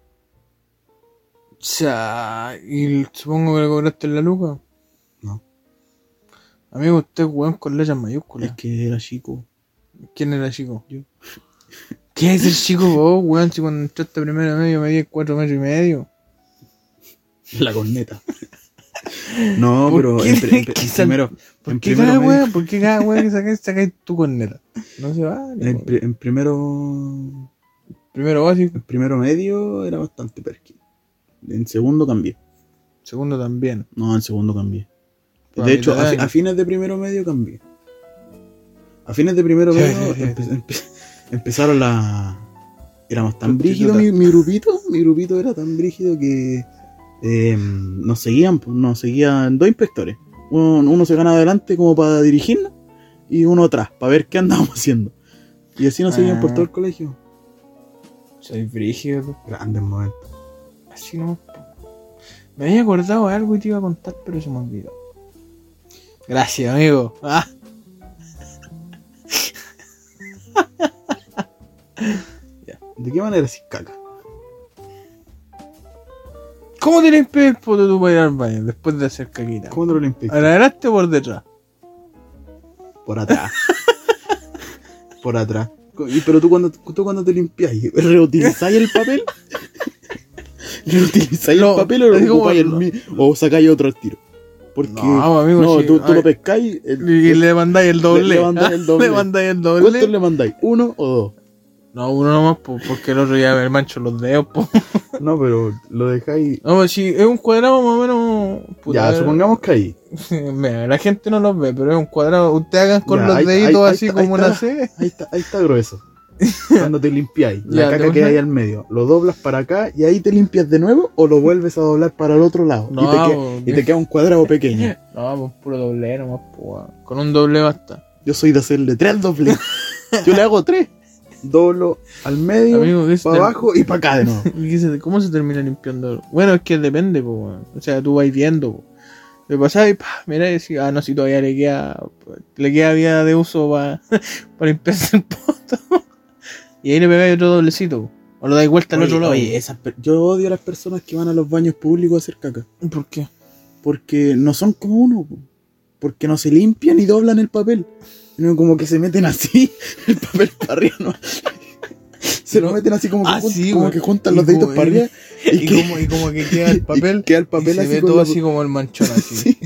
Speaker 1: O sea, y supongo que le cobraste la luca.
Speaker 2: No.
Speaker 1: Amigo, usted es weón con letras
Speaker 2: Es
Speaker 1: mayúsculas.
Speaker 2: que era chico.
Speaker 1: ¿Quién era el chico?
Speaker 2: Yo.
Speaker 1: ¿Qué es el chico vos, weón? Si cuando entraste primero de medio medí cuatro metros y medio.
Speaker 2: La corneta. No,
Speaker 1: ¿Por
Speaker 2: pero
Speaker 1: qué
Speaker 2: en,
Speaker 1: tenés
Speaker 2: pri- en pri-
Speaker 1: que
Speaker 2: en
Speaker 1: sal-
Speaker 2: primero.
Speaker 1: ¿Por
Speaker 2: en
Speaker 1: qué
Speaker 2: primero
Speaker 1: cada
Speaker 2: me
Speaker 1: weón? ¿Por qué cada weón que sacáis sacáis tu corneta? No se vale.
Speaker 2: En,
Speaker 1: weón.
Speaker 2: pri- en primero.
Speaker 1: Primero básico,
Speaker 2: En primero medio era bastante perky. En segundo cambié.
Speaker 1: segundo también.
Speaker 2: No, en segundo cambié.
Speaker 1: Pues
Speaker 2: de
Speaker 1: a
Speaker 2: hecho,
Speaker 1: mitad
Speaker 2: a,
Speaker 1: de
Speaker 2: fi-
Speaker 1: año.
Speaker 2: a fines de primero medio cambié. A fines de primero
Speaker 1: Sí,
Speaker 2: medio
Speaker 1: sí, sí,
Speaker 2: empe-
Speaker 1: sí.
Speaker 2: empe- empezaron la... Éramos tan
Speaker 1: Prostituta.
Speaker 2: brígidos, mi, mi grupito, mi grupito era tan brígido que eh, nos seguían, pues, nos seguían dos inspectores. Uno, uno se gana adelante como para dirigirnos y uno atrás, para ver qué andábamos haciendo. Y así nos seguían por
Speaker 1: Ah.
Speaker 2: todo el colegio.
Speaker 1: Soy frígido. tú.
Speaker 2: Grandes momentos.
Speaker 1: Así no. Me había acordado de algo y te iba a contar, pero se me olvidó. Gracias, amigo. Ah.
Speaker 2: ¿De qué manera sin caca?
Speaker 1: ¿Cómo te limpias el poto tú para ir al baño después de hacer caquita?
Speaker 2: ¿Cómo te lo limpiaste?
Speaker 1: ¿Adelante o por detrás?
Speaker 2: Por atrás. Por atrás. Co- y- Pero tú cuando, tú cuando te limpiáis, ¿reutilizáis el papel? ¿Reutilizáis
Speaker 1: No,
Speaker 2: el papel o lo
Speaker 1: es como
Speaker 2: ocupáis el
Speaker 1: no.
Speaker 2: mi- O sacáis otro al tiro. Porque
Speaker 1: No, amigo,
Speaker 2: no,
Speaker 1: sí,
Speaker 2: tú, tú
Speaker 1: ay.
Speaker 2: lo pescáis. el-
Speaker 1: Y le mandáis el doble.
Speaker 2: Le- le mandáis el doble.
Speaker 1: Le mandáis el
Speaker 2: ¿Cuántos
Speaker 1: doble.
Speaker 2: le mandáis? ¿Uno o dos?
Speaker 1: No, uno nomás, po, porque el otro ya me mancho los dedos. po.
Speaker 2: No, pero lo dejáis.
Speaker 1: No, pues si es un cuadrado más o menos. puta, a
Speaker 2: ya,
Speaker 1: ver.
Speaker 2: supongamos que ahí.
Speaker 1: Mira, la gente no los ve, pero es un cuadrado. Ustedes hagan con
Speaker 2: Ya,
Speaker 1: los
Speaker 2: ahí-
Speaker 1: deditos
Speaker 2: ahí- ahí
Speaker 1: así
Speaker 2: está-
Speaker 1: como
Speaker 2: ahí
Speaker 1: una
Speaker 2: está.
Speaker 1: C.
Speaker 2: Ahí está, ahí está grueso. Cuando te limpiáis, la
Speaker 1: Ya, ¿te
Speaker 2: caca queda
Speaker 1: acuerdas?
Speaker 2: ahí al medio. Lo doblas para acá y ahí te limpias de nuevo o lo vuelves a doblar para el otro lado.
Speaker 1: No,
Speaker 2: y, te queda,
Speaker 1: bo-
Speaker 2: y te queda un cuadrado pequeño.
Speaker 1: No, pues puro doble nomás, po, weón. Con un doble basta.
Speaker 2: Yo soy de hacerle tres al doble. Yo le hago tres. Doblo al medio,
Speaker 1: Amigo, este- ¿qué se
Speaker 2: para
Speaker 1: ter-
Speaker 2: abajo y para acá de nuevo.
Speaker 1: ¿qué se- ¿cómo se termina limpiando? Bueno, es que depende, po, weón. O sea, tú vais viendo, po. Le pasás y pa, mirá y decís, ah, no, si todavía le queda, le queda vida de uso para limpiarse el poto. y ahí le pegáis otro doblecito, po. O lo dais vuelta al
Speaker 2: Oye,
Speaker 1: otro lado.
Speaker 2: oye, esas per- yo odio a las personas que van a los baños públicos a hacer caca.
Speaker 1: ¿Por qué?
Speaker 2: porque no son como uno, po. porque no se limpian y doblan el papel, sino como que se meten así, el papel para arriba, ¿no? se lo meten así como que,
Speaker 1: Ah,
Speaker 2: jun-
Speaker 1: sí,
Speaker 2: como
Speaker 1: güey.
Speaker 2: que juntan
Speaker 1: Y
Speaker 2: los deditos
Speaker 1: como-
Speaker 2: para arriba y,
Speaker 1: Y,
Speaker 2: que-
Speaker 1: como, y como que queda el papel.
Speaker 2: y queda el
Speaker 1: y
Speaker 2: papel
Speaker 1: se
Speaker 2: así
Speaker 1: ve
Speaker 2: con
Speaker 1: todo
Speaker 2: la-
Speaker 1: así como el manchón así.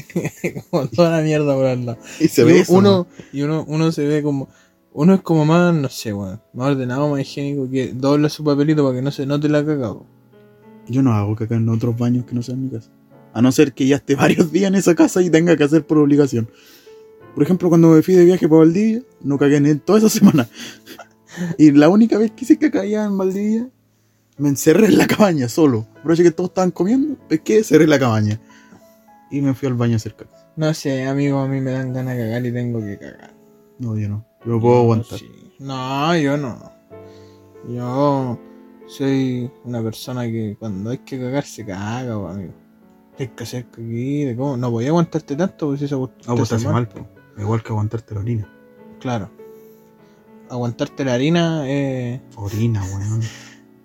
Speaker 1: como toda la mierda por al lado.
Speaker 2: y se
Speaker 1: Y
Speaker 2: ve eso, ¿no?
Speaker 1: uno, y uno, uno se ve como. Uno es como más, no sé, weón. Más ordenado, más higiénico, que dobla su papelito para que no se note la caca, po.
Speaker 2: Yo no hago caca en otros baños que no sean mi casa. A no ser que ya esté varios días en esa casa y tenga que hacer por obligación. Por ejemplo, cuando me fui de viaje para Valdivia, no cagué en él toda esa semana. Y la única vez que hice caca allá en Valdivia, me encerré en la cabaña solo. Aproveché que todos estaban comiendo, pesqué, cerré la cabaña. Y me fui al baño a hacer caca.
Speaker 1: No sé, amigo, a mí me dan ganas de cagar y tengo que cagar.
Speaker 2: No, yo no. Yo puedo aguantar.
Speaker 1: Sí. No, yo no. Yo soy una persona que cuando hay que cagar se caga, po, amigo. Hay que hacer caquita, ¿cómo? No podía aguantarte tanto, pues eso
Speaker 2: Ah, pues te hace mal, po. Igual que aguantarte la orina.
Speaker 1: Claro. Aguantarte la harina, eh.
Speaker 2: Orina, weón.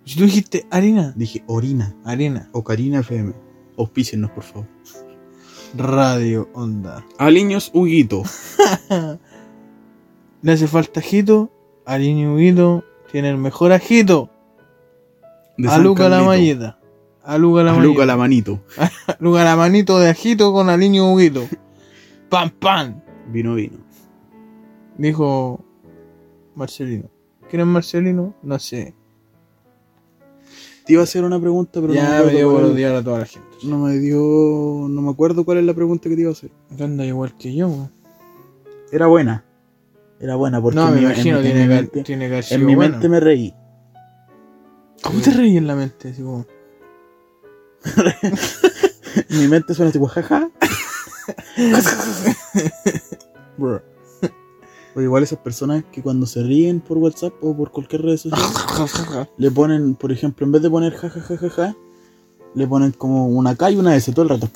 Speaker 1: Si tú dijiste harina,
Speaker 2: Dije orina.
Speaker 1: harina.
Speaker 2: Ocarina FM. Auspícennos, por favor.
Speaker 1: Radio onda.
Speaker 2: Aliños Huguito.
Speaker 1: Le hace falta ajito, al Iñiguito tiene el mejor ajito.
Speaker 2: de
Speaker 1: A
Speaker 2: San
Speaker 1: Luca la
Speaker 2: Carlito.
Speaker 1: malleta. A Luca la
Speaker 2: A Luca
Speaker 1: malleta.
Speaker 2: la manito.
Speaker 1: A Luca la manito de ajito con al Iñiguito. Pam, pam.
Speaker 2: Vino, vino.
Speaker 1: Dijo Marcelino. ¿Quién es Marcelino? No sé.
Speaker 2: Te iba a hacer una pregunta, pero no,
Speaker 1: ya
Speaker 2: me
Speaker 1: me dio
Speaker 2: acuerdo
Speaker 1: buenos
Speaker 2: cuál,
Speaker 1: días a toda la gente.
Speaker 2: no me dio. No me acuerdo cuál es la pregunta que te iba a hacer.
Speaker 1: Que anda igual que yo, weón.
Speaker 2: Era buena. Era buena porque
Speaker 1: No, me
Speaker 2: en mi-
Speaker 1: imagino,
Speaker 2: en,
Speaker 1: tiene,
Speaker 2: en mi
Speaker 1: que,
Speaker 2: mente,
Speaker 1: tiene que haber
Speaker 2: en
Speaker 1: sido
Speaker 2: mi
Speaker 1: bueno.
Speaker 2: mente me reí.
Speaker 1: ¿Cómo te reí en la mente? Así como,
Speaker 2: En mi mente suena tipo jaja.
Speaker 1: bro.
Speaker 2: O igual esas personas que cuando se ríen por WhatsApp o por cualquier red social, le ponen, por ejemplo, en vez de poner jajajajaja, le ponen como una K y una S todo el rato.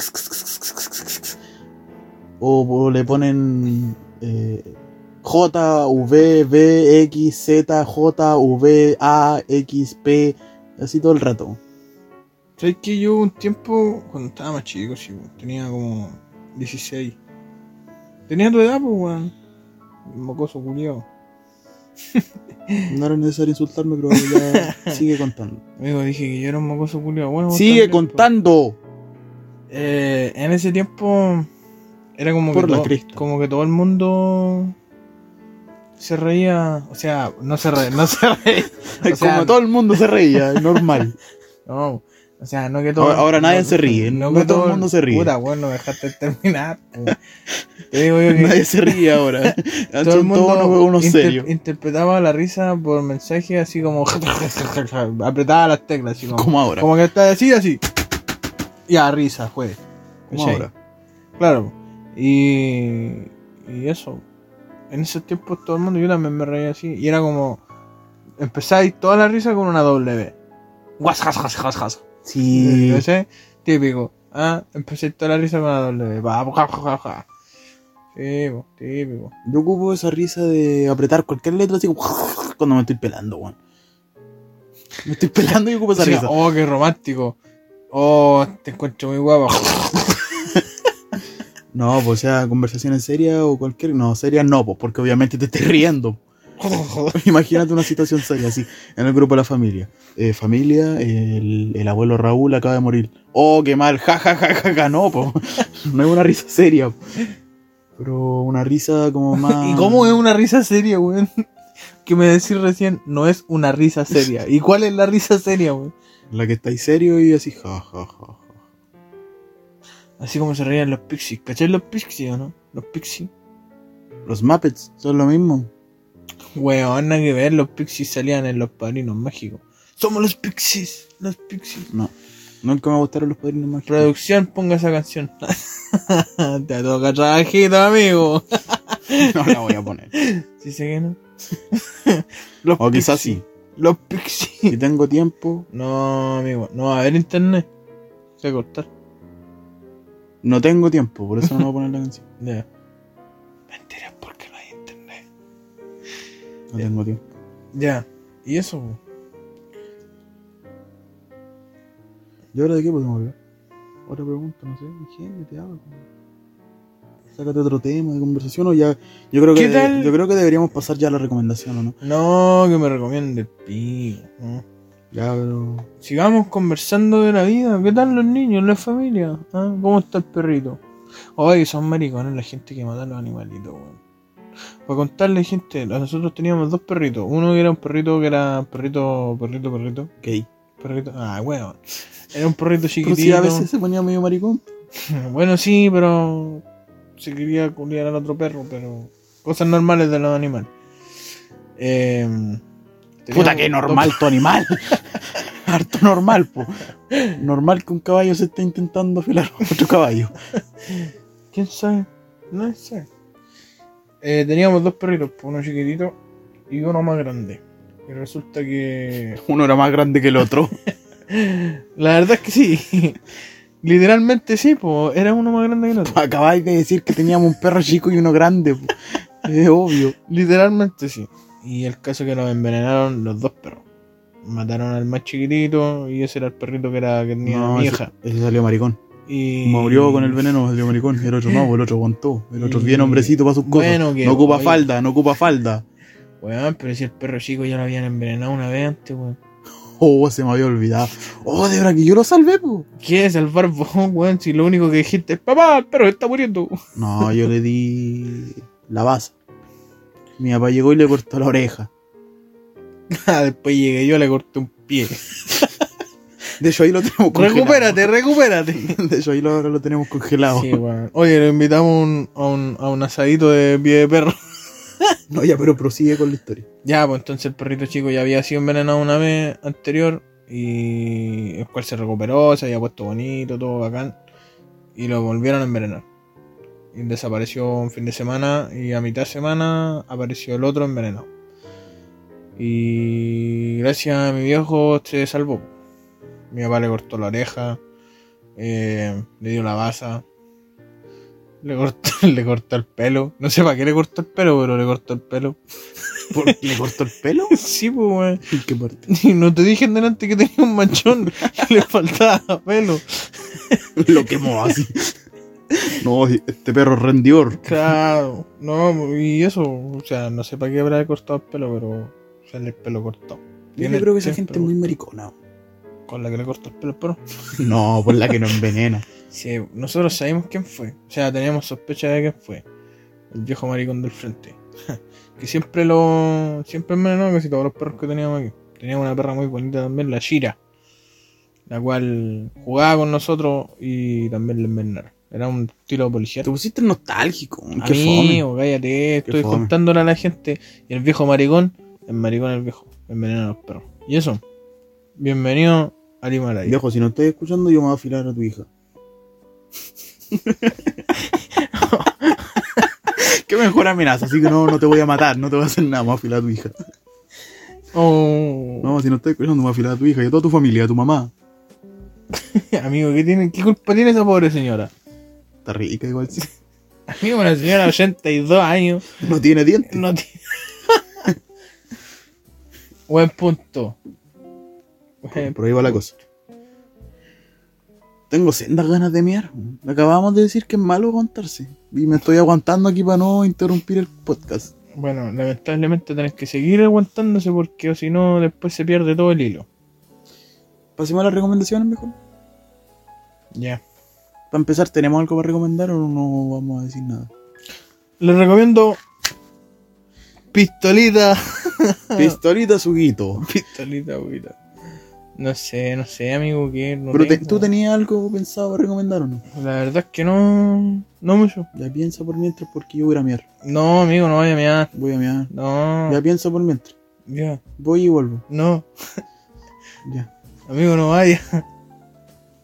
Speaker 2: O, o le ponen eh, J, V, B, X, Z, J, V, A, X, P, así todo el rato.
Speaker 1: ¿Sabes que yo un tiempo, cuando estaba más chico, sí, weón, tenía como 16. Tenía tu edad, pues, weón. Mocoso culiao.
Speaker 2: No era necesario insultarme, pero ya sigue contando.
Speaker 1: Amigo, dije que yo era un mocoso culiao. Bueno, vos
Speaker 2: ¡Sigue
Speaker 1: también, pues.
Speaker 2: contando!
Speaker 1: Eh, en ese tiempo era como
Speaker 2: Por
Speaker 1: que
Speaker 2: la
Speaker 1: todo,
Speaker 2: cresta.
Speaker 1: como que todo el mundo se reía, o sea, no se reía, no se reía. O sea,
Speaker 2: Como todo el mundo se reía, es normal.
Speaker 1: No, o sea, no que todo.
Speaker 2: Ahora- ahora nadie
Speaker 1: no-
Speaker 2: se ríe, no
Speaker 1: que
Speaker 2: todo el mundo se ríe.
Speaker 1: Puta, weón, no me dejaste terminar. po. Te digo yo que
Speaker 2: Nadie se ríe ahora. Son
Speaker 1: todo el mundo
Speaker 2: todos unos, unos
Speaker 1: inter-
Speaker 2: serios.
Speaker 1: interpretaba la risa por mensaje así como apretaba las teclas, así como,
Speaker 2: Como ahora.
Speaker 1: como que está así, así. Ya, risa, juez.
Speaker 2: Como
Speaker 1: ¿Cachai?
Speaker 2: ahora.
Speaker 1: Claro. Y, y eso. En ese tiempo todo el mundo, yo también me reía así. Y era como. Empezáis toda la risa con una W. Guas, jas, jas, jas, jas.
Speaker 2: Sí.
Speaker 1: Yo sé, ¿Eh? típico. Ah, empezáis toda la risa con una W. Va, ja, ja, ja, ja. Sí, po, típico.
Speaker 2: Yo ocupo esa risa de apretar cualquier letra así como cuando me estoy pelando, weón. Me estoy pelando y ocupo esa
Speaker 1: O sea,
Speaker 2: risa.
Speaker 1: oh, qué romántico. Oh, te encuentro muy guapo.
Speaker 2: No, pues o sea, conversaciones serias o cualquier. No, serias no, pues porque obviamente te estás riendo. Imagínate una situación seria así, en el grupo de la familia. Eh, familia, el, el abuelo Raúl acaba de morir. Oh, qué mal, ja, ja, ja, ja, ja, no, po. No es una risa seria. po. Pero una risa como más.
Speaker 1: ¿Y cómo es una risa seria, weón? Que me decís recién, no es una risa seria. ¿Y cuál es la risa seria, weón?
Speaker 2: La que estáis serio y así, ja, ja, ja, ja.
Speaker 1: Así como se reían los pixies. ¿Cachai los pixies o no? Los pixies.
Speaker 2: Los Muppets son lo mismo.
Speaker 1: Weón, nada que ver, los pixies salían en los padrinos mágicos. Somos los pixies, los pixies.
Speaker 2: No. Nunca me gustaron los padrinos mágicos.
Speaker 1: Producción, ponga esa canción. Te toca trabajito, amigo.
Speaker 2: No la voy a poner.
Speaker 1: Si sé que no. los
Speaker 2: O quizás
Speaker 1: Pixies,
Speaker 2: sí.
Speaker 1: Los
Speaker 2: Si
Speaker 1: pixies.
Speaker 2: tengo tiempo,
Speaker 1: No, amigo, no va a haber internet. Se va a cortar.
Speaker 2: no tengo tiempo, por eso no voy a poner la canción.
Speaker 1: Ya. Mentira, porque no hay internet.
Speaker 2: No tengo tiempo.
Speaker 1: Ya. ¿Y eso? po?
Speaker 2: ¿Y ahora de qué podemos hablar? otra pregunta, no sé, ingenio, te hago. Sácate otro tema de conversación o ya. Yo creo que
Speaker 1: ¿Qué tal?
Speaker 2: yo creo que deberíamos pasar ya a la recomendación, ¿o no?
Speaker 1: No, que me recomiende el pico. ¿no?
Speaker 2: Ya, pero.
Speaker 1: Sigamos conversando de la vida. ¿Qué tal los niños, la familia? ¿Ah? ¿Cómo está el perrito? Ay, son maricones la gente que mata a los animalitos, weón. Para contarle, gente, nosotros teníamos dos perritos. Uno que era un perrito que era perrito, perrito, perrito.
Speaker 2: Ok.
Speaker 1: Perrito. Ah, weón. Era un perrito
Speaker 2: Pero
Speaker 1: chiquitito.
Speaker 2: sí, a veces se ponía medio maricón.
Speaker 1: Bueno, sí, pero se quería culiar al otro perro, pero cosas normales de los animales. Eh, teníamos
Speaker 2: Puta que normal tu animal. Harto normal, po. Normal que un caballo se esté intentando afilar a otro caballo.
Speaker 1: dos- ¿Quién sabe? No sé. Eh, teníamos dos perritos, pues, uno chiquitito y uno más grande. Y resulta que...
Speaker 2: Uno era más grande que el otro.
Speaker 1: La verdad es que sí. Literalmente sí, pues era uno más grande que el otro.
Speaker 2: Acabáis de decir que teníamos un perro chico y uno grande, po. Es obvio.
Speaker 1: Literalmente sí. Y el caso que nos envenenaron los dos perros. Mataron al más chiquitito y ese era el perrito que era que tenía mi hija.
Speaker 2: ese, ese salió maricón.
Speaker 1: Y...
Speaker 2: Murió con el veneno, salió maricón. El otro no, po, el otro aguantó. El otro es bien
Speaker 1: Y-
Speaker 2: hombrecito para sus cosas.
Speaker 1: Bueno, que-
Speaker 2: no ocupa
Speaker 1: oye.
Speaker 2: falda, no ocupa falda.
Speaker 1: Weón, pero si el perro chico ya lo habían envenenado una vez antes, weón.
Speaker 2: Oh, se me había olvidado. Oh, de verdad que yo lo salvé, po.
Speaker 1: ¿Qué es salvar vos, weón? Si lo único que dijiste es, papá, el perro está muriendo.
Speaker 2: No, yo le di la base. Mi papá llegó y le cortó la oreja.
Speaker 1: Ah, Después llegué yo, le corté un pie.
Speaker 2: De hecho, ahí lo tenemos congelado.
Speaker 1: recupérate, recupérate.
Speaker 2: De hecho, ahí lo, ahora lo tenemos congelado.
Speaker 1: Sí, weón. Oye, lo invitamos a un, a, un, a un asadito de pie de perro.
Speaker 2: No, ya, pero prosigue con la historia.
Speaker 1: Ya, pues entonces el perrito chico ya había sido envenenado una vez anterior y el cual se recuperó, se había puesto bonito, todo bacán y lo volvieron a envenenar. Y desapareció un fin de semana y a mitad de semana apareció el otro envenenado. Y gracias a mi viejo se salvó. Mi papá le cortó la oreja, eh, le dio la baza, le cortó, le cortó el pelo. No sé para qué le cortó el pelo, pero le cortó el pelo.
Speaker 2: ¿Por- ¿Le cortó el pelo?
Speaker 1: Sí, pues, weón.
Speaker 2: ¿En qué parte?
Speaker 1: Y no te dije en delante que tenía un manchón y le faltaba pelo.
Speaker 2: Lo quemó así. No, este perro es rendidor.
Speaker 1: Claro, no, y eso, o sea, no sé para qué habrá cortado el pelo, pero sale el pelo cortado. Tiene-
Speaker 2: Yo creo que esa
Speaker 1: tiene
Speaker 2: gente es
Speaker 1: pelo
Speaker 2: muy maricona.
Speaker 1: cortado. Con la que le cortó el pelo al perro.
Speaker 2: No, por la que no envenena.
Speaker 1: Sí, nosotros sabemos quién fue, o sea, teníamos sospecha de quién fue. El viejo maricón del frente. que siempre lo. Siempre me no, casi todos los perros que teníamos aquí. Teníamos una perra muy bonita también, la Shira. La cual jugaba con nosotros y también le envenenaron. Era un estilo policía.
Speaker 2: Te pusiste nostálgico. Qué fome.
Speaker 1: Amigo, cállate, estoy
Speaker 2: fome.
Speaker 1: contándole a la gente. Y el viejo maricón, el maricón el viejo, envenena a los perros. Y eso, bienvenido al Himalaya.
Speaker 2: Viejo, si no estás escuchando, yo me voy a afilar a tu hija. Qué mejor amenaza, así que no, no te voy a matar, no te voy a hacer nada, me voy a afilar a tu hija.
Speaker 1: Oh,
Speaker 2: No, si no estás escuchando, me voy a afilar a tu hija y a toda tu familia, a tu mamá.
Speaker 1: Amigo, ¿qué, tiene, ¿qué culpa tiene esa pobre señora?
Speaker 2: Está rica igual, sí.
Speaker 1: Amigo, una señora de 82 años.
Speaker 2: No tiene dientes.
Speaker 1: No tiene... Buen punto. Buen-
Speaker 2: Eh, Por ahí va la cosa. Tengo sendas ganas de miar. Acabamos de decir que es malo aguantarse. Y me estoy aguantando aquí para no interrumpir el podcast.
Speaker 1: Bueno, lamentablemente tenés que seguir aguantándose porque o si no después se pierde todo el hilo.
Speaker 2: Pasemos a las recomendaciones mejor.
Speaker 1: Ya.
Speaker 2: Para empezar, ¿tenemos algo para recomendar o no vamos a decir nada?
Speaker 1: Les recomiendo Pistolita.
Speaker 2: Pistolita Suguito.
Speaker 1: Pistolita, poquita. No sé, no sé, amigo, que no
Speaker 2: Pero te-
Speaker 1: tengo.
Speaker 2: tú tenías algo pensado para recomendar o no?
Speaker 1: La verdad es que no. No mucho.
Speaker 2: Ya piensa por mientras porque yo voy a ir a miar.
Speaker 1: No, amigo, no vaya a mear.
Speaker 2: Voy a miar.
Speaker 1: No.
Speaker 2: Ya
Speaker 1: Ya.
Speaker 2: piensa por mientras. Voy y vuelvo.
Speaker 1: No,
Speaker 2: Ya.
Speaker 1: amigo, no vaya.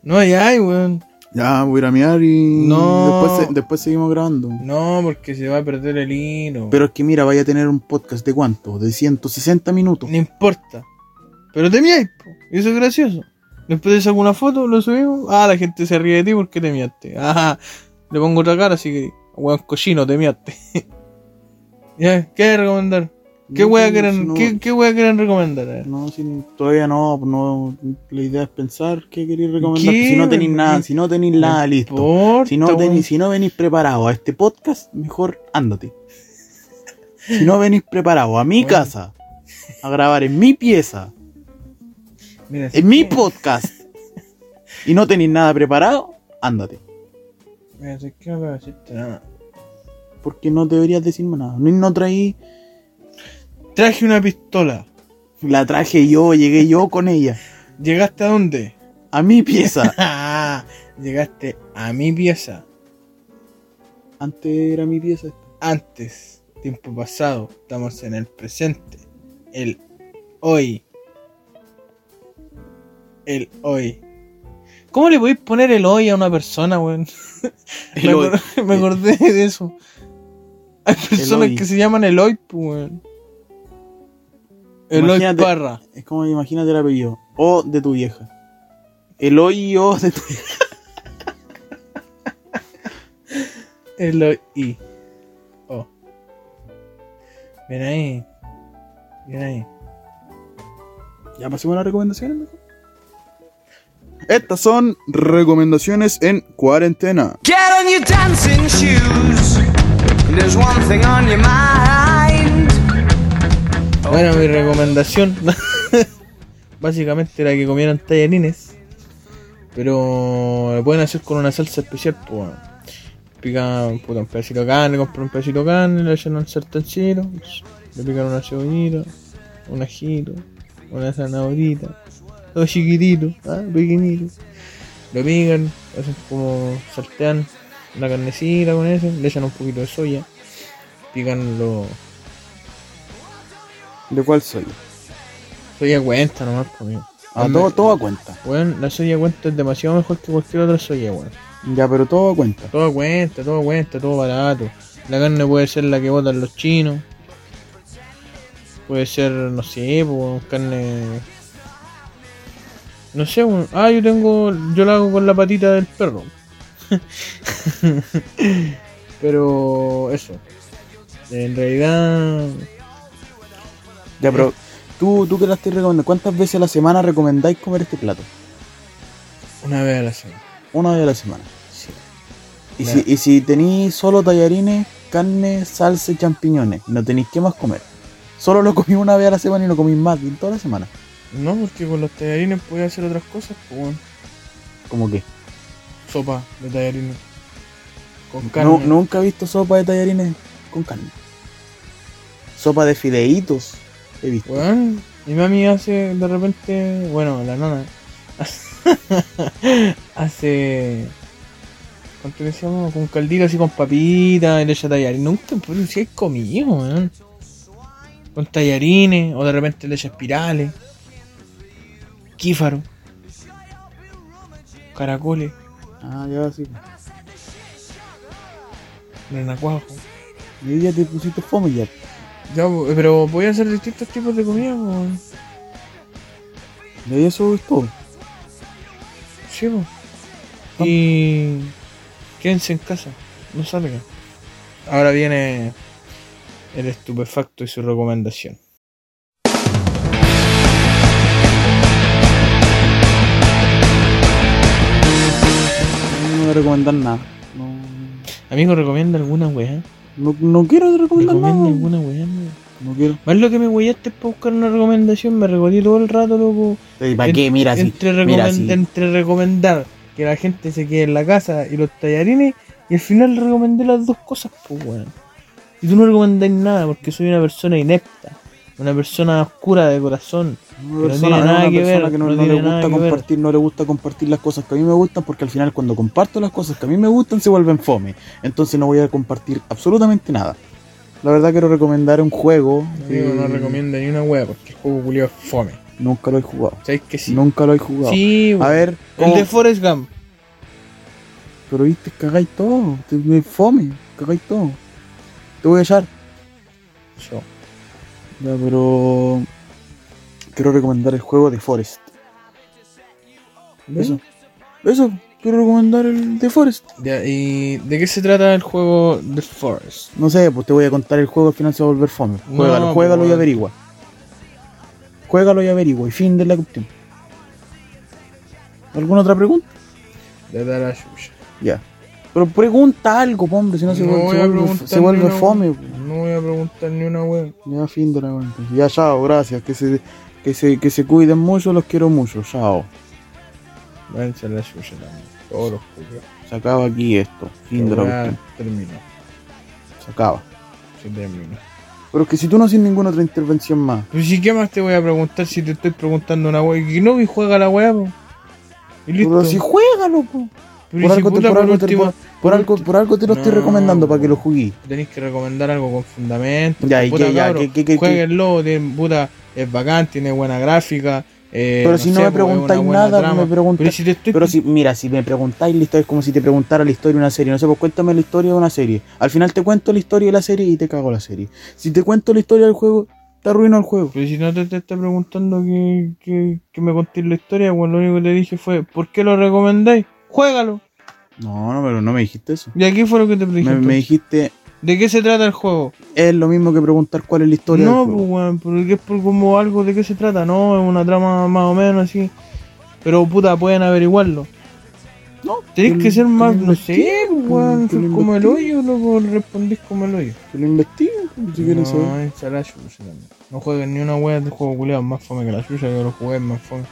Speaker 1: No vaya, weón.
Speaker 2: Ya, voy a ir a miar y
Speaker 1: No.
Speaker 2: después, se- después seguimos grabando.
Speaker 1: No, porque se va a perder el hilo.
Speaker 2: Pero es que mira, vaya a tener un podcast de cuánto? De 160 minutos.
Speaker 1: No importa. Pero te miáis, po. Y Eso es gracioso. Después te saco una foto, lo subimos. Ah, la gente se ríe de ti porque te miaste. Ah, le pongo otra cara, así que, weón cochino, te miaste. ya, ¿qué hay que recomendar? ¿Qué
Speaker 2: No,
Speaker 1: wea
Speaker 2: si
Speaker 1: quieren,
Speaker 2: no-
Speaker 1: qué, qué wea quieren recomendar? A ver.
Speaker 2: No, si todavía no, no. La idea es pensar qué queréis recomendar. pues,
Speaker 1: ¿Qué?
Speaker 2: Si no tenéis nada, si no tenéis nada listo.
Speaker 1: Importa,
Speaker 2: Si no,
Speaker 1: weón.
Speaker 2: tenéis, si no venís preparado a este podcast, mejor ándate. Si no venís preparado a mi
Speaker 1: Bueno.
Speaker 2: casa, a grabar en mi pieza,
Speaker 1: Mira, si-
Speaker 2: en mi podcast, y no tenéis nada preparado, ándate.
Speaker 1: mira, si es que no voy a decirte nada.
Speaker 2: Porque no deberías decirme nada. No, no traí,
Speaker 1: Traje una pistola.
Speaker 2: la traje yo, llegué yo con ella.
Speaker 1: ¿Llegaste a dónde?
Speaker 2: A mi pieza.
Speaker 1: Ah, llegaste a mi pieza.
Speaker 2: Antes era mi pieza.
Speaker 1: Antes, tiempo pasado. Estamos en el presente. El hoy. El hoy. ¿Cómo le podéis poner el hoy a una persona, weón? me,
Speaker 2: hoy.
Speaker 1: acor- me acordé de eso. Hay personas
Speaker 2: hoy.
Speaker 1: que se llaman Eloy, pues, weón. Eloy
Speaker 2: Imagínate-
Speaker 1: Parra.
Speaker 2: Es como imagínate el apellido. O de tu vieja. El hoy y o de tu vieja.
Speaker 1: Eloy I. Oh. Ven ahí. Ven ahí.
Speaker 2: Ya pasemos a las recomendaciones mejor. Estas son recomendaciones en cuarentena.
Speaker 3: Get on your dancing shoes. There's one thing on your mind.
Speaker 1: Bueno, mi recomendación básicamente era que comieran tallarines, pero lo pueden hacer con una salsa especial, pues bueno. Pican puta, un pedacito de carne, compran un pedacito de carne, le echan al sartencito, le pican una cebollita, un ajito, una zanahorita, todo chiquitito, ¿ah? pequeñito. Lo pican, hacen como saltean la carnecita con eso, le echan un poquito de soya, pican los
Speaker 2: ¿De cuál soy?
Speaker 1: Soya cuenta nomás, por mí.
Speaker 2: A todo, todo a cuenta.
Speaker 1: Weón, la soya cuenta es demasiado mejor que cualquier otra soya, weón.
Speaker 2: Ya, pero todo a cuenta.
Speaker 1: Todo cuenta, todo cuenta, todo barato. La carne puede ser la que botan los chinos. Puede ser, no sé, po, weón, carne. No sé, weón. Ah, yo tengo. Yo la hago con la patita del perro. Pero. Eso. En realidad.
Speaker 2: Ya, pero tú, tú que la estás recomendando, ¿cuántas veces a la semana recomendáis comer este plato?
Speaker 1: Una vez a la semana.
Speaker 2: Una vez a la semana.
Speaker 1: Sí.
Speaker 2: Y si, y si tenéis solo tallarines, carne, salsa y champiñones, no tenéis qué más comer. Solo lo comí una vez a la semana y no comí más en toda la semana.
Speaker 1: No, porque con los tallarines podía hacer otras cosas, pues, weón.
Speaker 2: ¿Cómo que?
Speaker 1: sopa de tallarines con carne.
Speaker 2: No, nunca he visto sopa de tallarines con carne. Sopa de fideitos he visto.
Speaker 1: Weón, mi mami hace de repente, bueno, la nana hace ¿cuánto que se llama? Con caldito así con papita, y le echa tallarines. Nunca pero pues, si hay comido, weón. Con tallarines o de repente le echa espirales. Kífaro. Caracoles,
Speaker 2: Ah, ya sí.
Speaker 1: renacuajo.
Speaker 2: Y ya te pusiste fome ya.
Speaker 1: Ya, po, pero voy a hacer distintos tipos de comida, weón.
Speaker 2: Y ahí eso es todo.
Speaker 1: Sí, po. Y quédense en casa, no salgan. Ahora viene el estupefacto y su recomendación.
Speaker 2: No voy a recomendar nada. No,
Speaker 1: Amigo, recomienda alguna weá.
Speaker 2: no, no quiero recomendar
Speaker 1: Recomienda
Speaker 2: nada.
Speaker 1: alguna weá, amigo.
Speaker 2: No quiero.
Speaker 1: Más lo que me weyaste para buscar una recomendación, me regodí todo el rato, loco.
Speaker 2: ¿Para
Speaker 1: En-
Speaker 2: qué? Mira, si.
Speaker 1: entre,
Speaker 2: Mira,
Speaker 1: recomen-
Speaker 2: si.
Speaker 1: entre recomendar que la gente se quede en la casa y los tallarines, y al final recomendé las dos cosas, pues weón. Y tú no recomendáis nada porque soy una persona inepta, una persona oscura de corazón.
Speaker 2: Una
Speaker 1: no
Speaker 2: persona,
Speaker 1: tiene
Speaker 2: no,
Speaker 1: nada
Speaker 2: una
Speaker 1: que
Speaker 2: persona
Speaker 1: ver,
Speaker 2: que no,
Speaker 1: no
Speaker 2: no
Speaker 1: tiene
Speaker 2: le
Speaker 1: nada
Speaker 2: gusta
Speaker 1: que ver.
Speaker 2: compartir, no le gusta compartir las cosas que a mí me gustan, porque al final cuando comparto las cosas que a mí me gustan se vuelven fome. Entonces no voy a compartir absolutamente nada. La verdad quiero recomendar un juego.
Speaker 1: Amigo,
Speaker 2: que
Speaker 1: no recomienda ni una wea porque el juego culiao es fome.
Speaker 2: Nunca lo he jugado.
Speaker 1: ¿Sabéis que sí?
Speaker 2: Nunca lo he jugado.
Speaker 1: sí,
Speaker 2: A
Speaker 1: weón.
Speaker 2: ver,
Speaker 1: El
Speaker 2: ¿cómo?
Speaker 1: de Forrest Gump.
Speaker 2: pero viste, cagáis todo. Te me fome, cagáis todo. Te voy a echar.
Speaker 1: Yo.
Speaker 2: Ya, pero. Quiero recomendar el juego de Forest. Eso. Eso. quiero recomendar el The Forest.
Speaker 1: Ya, ¿y de qué se trata el juego The Forest?
Speaker 2: No sé, pues te voy a contar el juego, al final se va a volver fome.
Speaker 1: No,
Speaker 2: Juégalo,
Speaker 1: pues,
Speaker 2: juégalo y
Speaker 1: bueno.
Speaker 2: averigua. Juégalo y averigua, y fin de la cuestión. ¿Alguna otra pregunta?
Speaker 1: De dar a Xuxa.
Speaker 2: Ya. Pero pregunta algo, po, hombre, si no, se,
Speaker 1: No
Speaker 2: vuelve-
Speaker 1: voy
Speaker 2: se
Speaker 1: a
Speaker 2: vuelve,
Speaker 1: preguntar
Speaker 2: se vuelve
Speaker 1: ni una
Speaker 2: fome.
Speaker 1: wea. No voy a preguntar ni una wea.
Speaker 2: po. Ya, fin de la cuenta. Ya, chao, gracias. Que se, que, se, que se cuiden mucho, los quiero mucho. Chao.
Speaker 1: Váyanse a la Xuxa también. Todos los juegos.
Speaker 2: Se acaba aquí esto. Fin de la cuestión.
Speaker 1: Terminó.
Speaker 2: Se acaba.
Speaker 1: Se terminó.
Speaker 2: Pero es que si tú no haces ninguna otra intervención más.
Speaker 1: Pues si qué más te voy a preguntar si te estoy preguntando una wea. Y no, y juega la wea, po. Y listo.
Speaker 2: Pero si juégalo, po.
Speaker 1: Pero y
Speaker 2: Por
Speaker 1: si
Speaker 2: algo, te,
Speaker 1: puta,
Speaker 2: por,
Speaker 1: por
Speaker 2: algo te,
Speaker 1: último,
Speaker 2: por, por algo, por algo te lo estoy
Speaker 1: No.
Speaker 2: recomendando para que lo juguís.
Speaker 1: tenéis que recomendar algo con fundamento.
Speaker 2: Ya, ¿y
Speaker 1: puta,
Speaker 2: qué, ya?
Speaker 1: cabro,
Speaker 2: ¿Qué- qué- qué-
Speaker 1: jueguenlo, tiene- puta, es bacán, tiene buena gráfica. eh,
Speaker 2: Pero si no
Speaker 1: sé,
Speaker 2: me
Speaker 1: pues, es una
Speaker 2: preguntáis
Speaker 1: buena
Speaker 2: nada,
Speaker 1: trama.
Speaker 2: me preguntáis-
Speaker 1: Pero si te estoy
Speaker 2: Pero si, mira, si me preguntáis la historia, es como si te preguntara la historia de una serie. No sé, pues cuéntame la historia de una serie. Al final te cuento la historia de la serie y te cago la serie. Si te cuento la historia del juego, te arruino el juego.
Speaker 1: Pero si no te, te está preguntando que, que- que me contéis la historia, bueno, lo único que te dije fue, ¿por qué lo recomendáis? Juégalo.
Speaker 2: No, no, pero no me dijiste eso.
Speaker 1: Y aquí fue lo que te dije.
Speaker 2: Me, me dijiste,
Speaker 1: ¿De qué se trata el juego?
Speaker 2: es lo mismo que preguntar cuál es la historia
Speaker 1: No,
Speaker 2: del
Speaker 1: pues,
Speaker 2: juego.
Speaker 1: weón, pero que es por como algo de qué se trata, no, es una trama más o menos así. Pero puta, pueden averiguarlo.
Speaker 2: pues, No,
Speaker 1: Tenéis
Speaker 2: lo-
Speaker 1: que ser más,
Speaker 2: lo
Speaker 1: no sé, pues,
Speaker 2: investigo,
Speaker 1: weón,
Speaker 2: que lo
Speaker 1: sos como el
Speaker 2: investigo.
Speaker 1: hoyo, loco, respondís como el hoyo.
Speaker 2: Que lo investigo, pues, si quieres saber.
Speaker 1: No, esa la chucha también. No jueguen ni una wea de juego culiado más fome que la suya, yo lo jugué es más fome.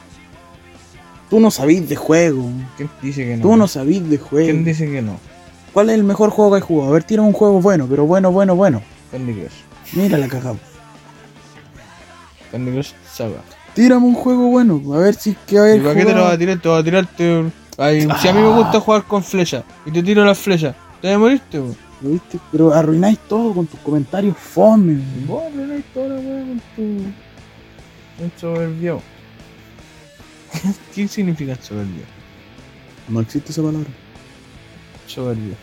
Speaker 2: Tú no sabís de juego.
Speaker 1: ¿Quién dice que no?
Speaker 2: Tú no sabís de
Speaker 1: ¿Quién
Speaker 2: juego.
Speaker 1: dice que no?
Speaker 2: ¿Cuál es el mejor juego que has jugado? A ver, tira un juego bueno, pero bueno, bueno, bueno.
Speaker 1: Candy Crush.
Speaker 2: Mira la cagada.
Speaker 1: Candy Crush Saga.
Speaker 2: Tírame un juego bueno, a ver si es que a
Speaker 1: ¿Y
Speaker 2: ver.
Speaker 1: para qué te lo vas a
Speaker 2: jugado.
Speaker 1: tirar? Te vas a tirarte. Ay, Si a mí me gusta jugar con flecha y te tiro las flechas, te vas a morirte, weón.
Speaker 2: ¿Lo viste? Pero arruináis todo con tus comentarios fome. weón.
Speaker 1: Vos arruináis toda la weá con tu. Un soberbio. ¿Qué significa soberbio?
Speaker 2: No existe esa palabra.
Speaker 1: Soberbio.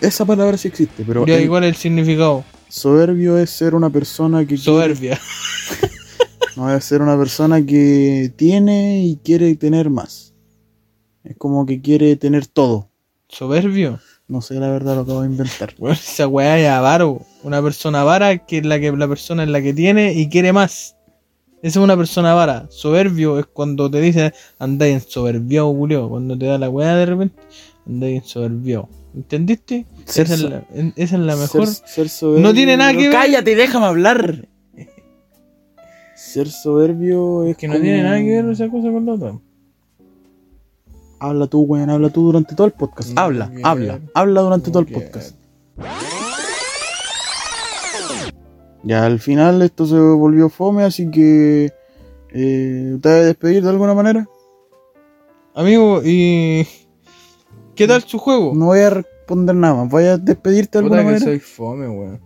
Speaker 2: Esa palabra sí existe, pero
Speaker 1: Ya,
Speaker 2: el
Speaker 1: ¿y cuál es el significado?
Speaker 2: soberbio es ser una persona que
Speaker 1: Soberbia.
Speaker 2: quiere- no es ser una persona que tiene y quiere tener más. Es como que quiere tener todo.
Speaker 1: ¿Soberbio?
Speaker 2: No sé la verdad lo acabo de inventar.
Speaker 1: Bueno, esa weá es avaro. Una persona avara que es la que la persona es la que tiene y quiere más. Esa es una persona avara. Soberbio es cuando te dicen andáis en soberbio, culio. Cuando te da la weá de repente, andáis en soberbio. ¿Entendiste?
Speaker 2: Ser
Speaker 1: Esa es
Speaker 2: so-
Speaker 1: la, en- esa es la mejor.
Speaker 2: Ser, ser soberbio.
Speaker 1: No tiene nada que ver.
Speaker 2: Cállate, déjame hablar. Ser soberbio es
Speaker 1: que no
Speaker 2: como-
Speaker 1: tiene nada que ver esa cosa con la otra.
Speaker 2: Habla tú, weón, habla tú durante todo el podcast.
Speaker 1: No
Speaker 2: habla,
Speaker 1: quiero.
Speaker 2: habla, habla durante
Speaker 1: No
Speaker 2: todo el
Speaker 1: quiero.
Speaker 2: podcast. Ya al final esto se volvió fome, así que eh, te voy a despedir de alguna manera.
Speaker 1: Amigo, ¿y qué tal su juego?
Speaker 2: No voy a responder nada más. Voy a despedirte de
Speaker 1: Puta
Speaker 2: alguna
Speaker 1: que
Speaker 2: manera.
Speaker 1: soy fome, weón.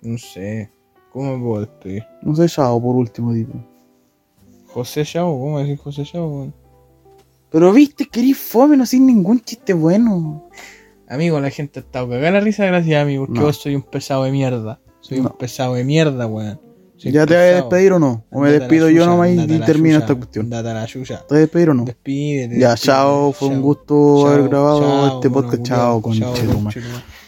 Speaker 1: No sé. ¿Cómo me puedo despedir?
Speaker 2: No sé, chao, por último, tipo.
Speaker 1: José Chavo, ¿cómo decir José Chavo? weón?
Speaker 2: Pero viste, que eres fome, no haces ningún chiste bueno.
Speaker 1: Amigo, la gente ha estado cagada la risa gracias a mí, porque
Speaker 2: No.
Speaker 1: yo soy un pesado de mierda. Soy
Speaker 2: No.
Speaker 1: un pesado de mierda, weón. Soy
Speaker 2: ¿Ya
Speaker 1: un
Speaker 2: te voy a
Speaker 1: pesado.
Speaker 2: despedir o no? ¿O
Speaker 1: Andate
Speaker 2: me
Speaker 1: a la
Speaker 2: despido yo
Speaker 1: suya,
Speaker 2: nomás y-
Speaker 1: andate a
Speaker 2: y
Speaker 1: la
Speaker 2: termino
Speaker 1: suya,
Speaker 2: esta cuestión?
Speaker 1: Andate a la suya.
Speaker 2: ¿Te despido o no?
Speaker 1: Despídete.
Speaker 2: Ya,
Speaker 1: despídete,
Speaker 2: chao, fue un
Speaker 1: chao.
Speaker 2: gusto haber
Speaker 1: Chao,
Speaker 2: grabado
Speaker 1: chao,
Speaker 2: este podcast.
Speaker 1: monoculiao,
Speaker 2: Chao, con
Speaker 1: chao,
Speaker 2: Chetumare.
Speaker 1: conchetumare.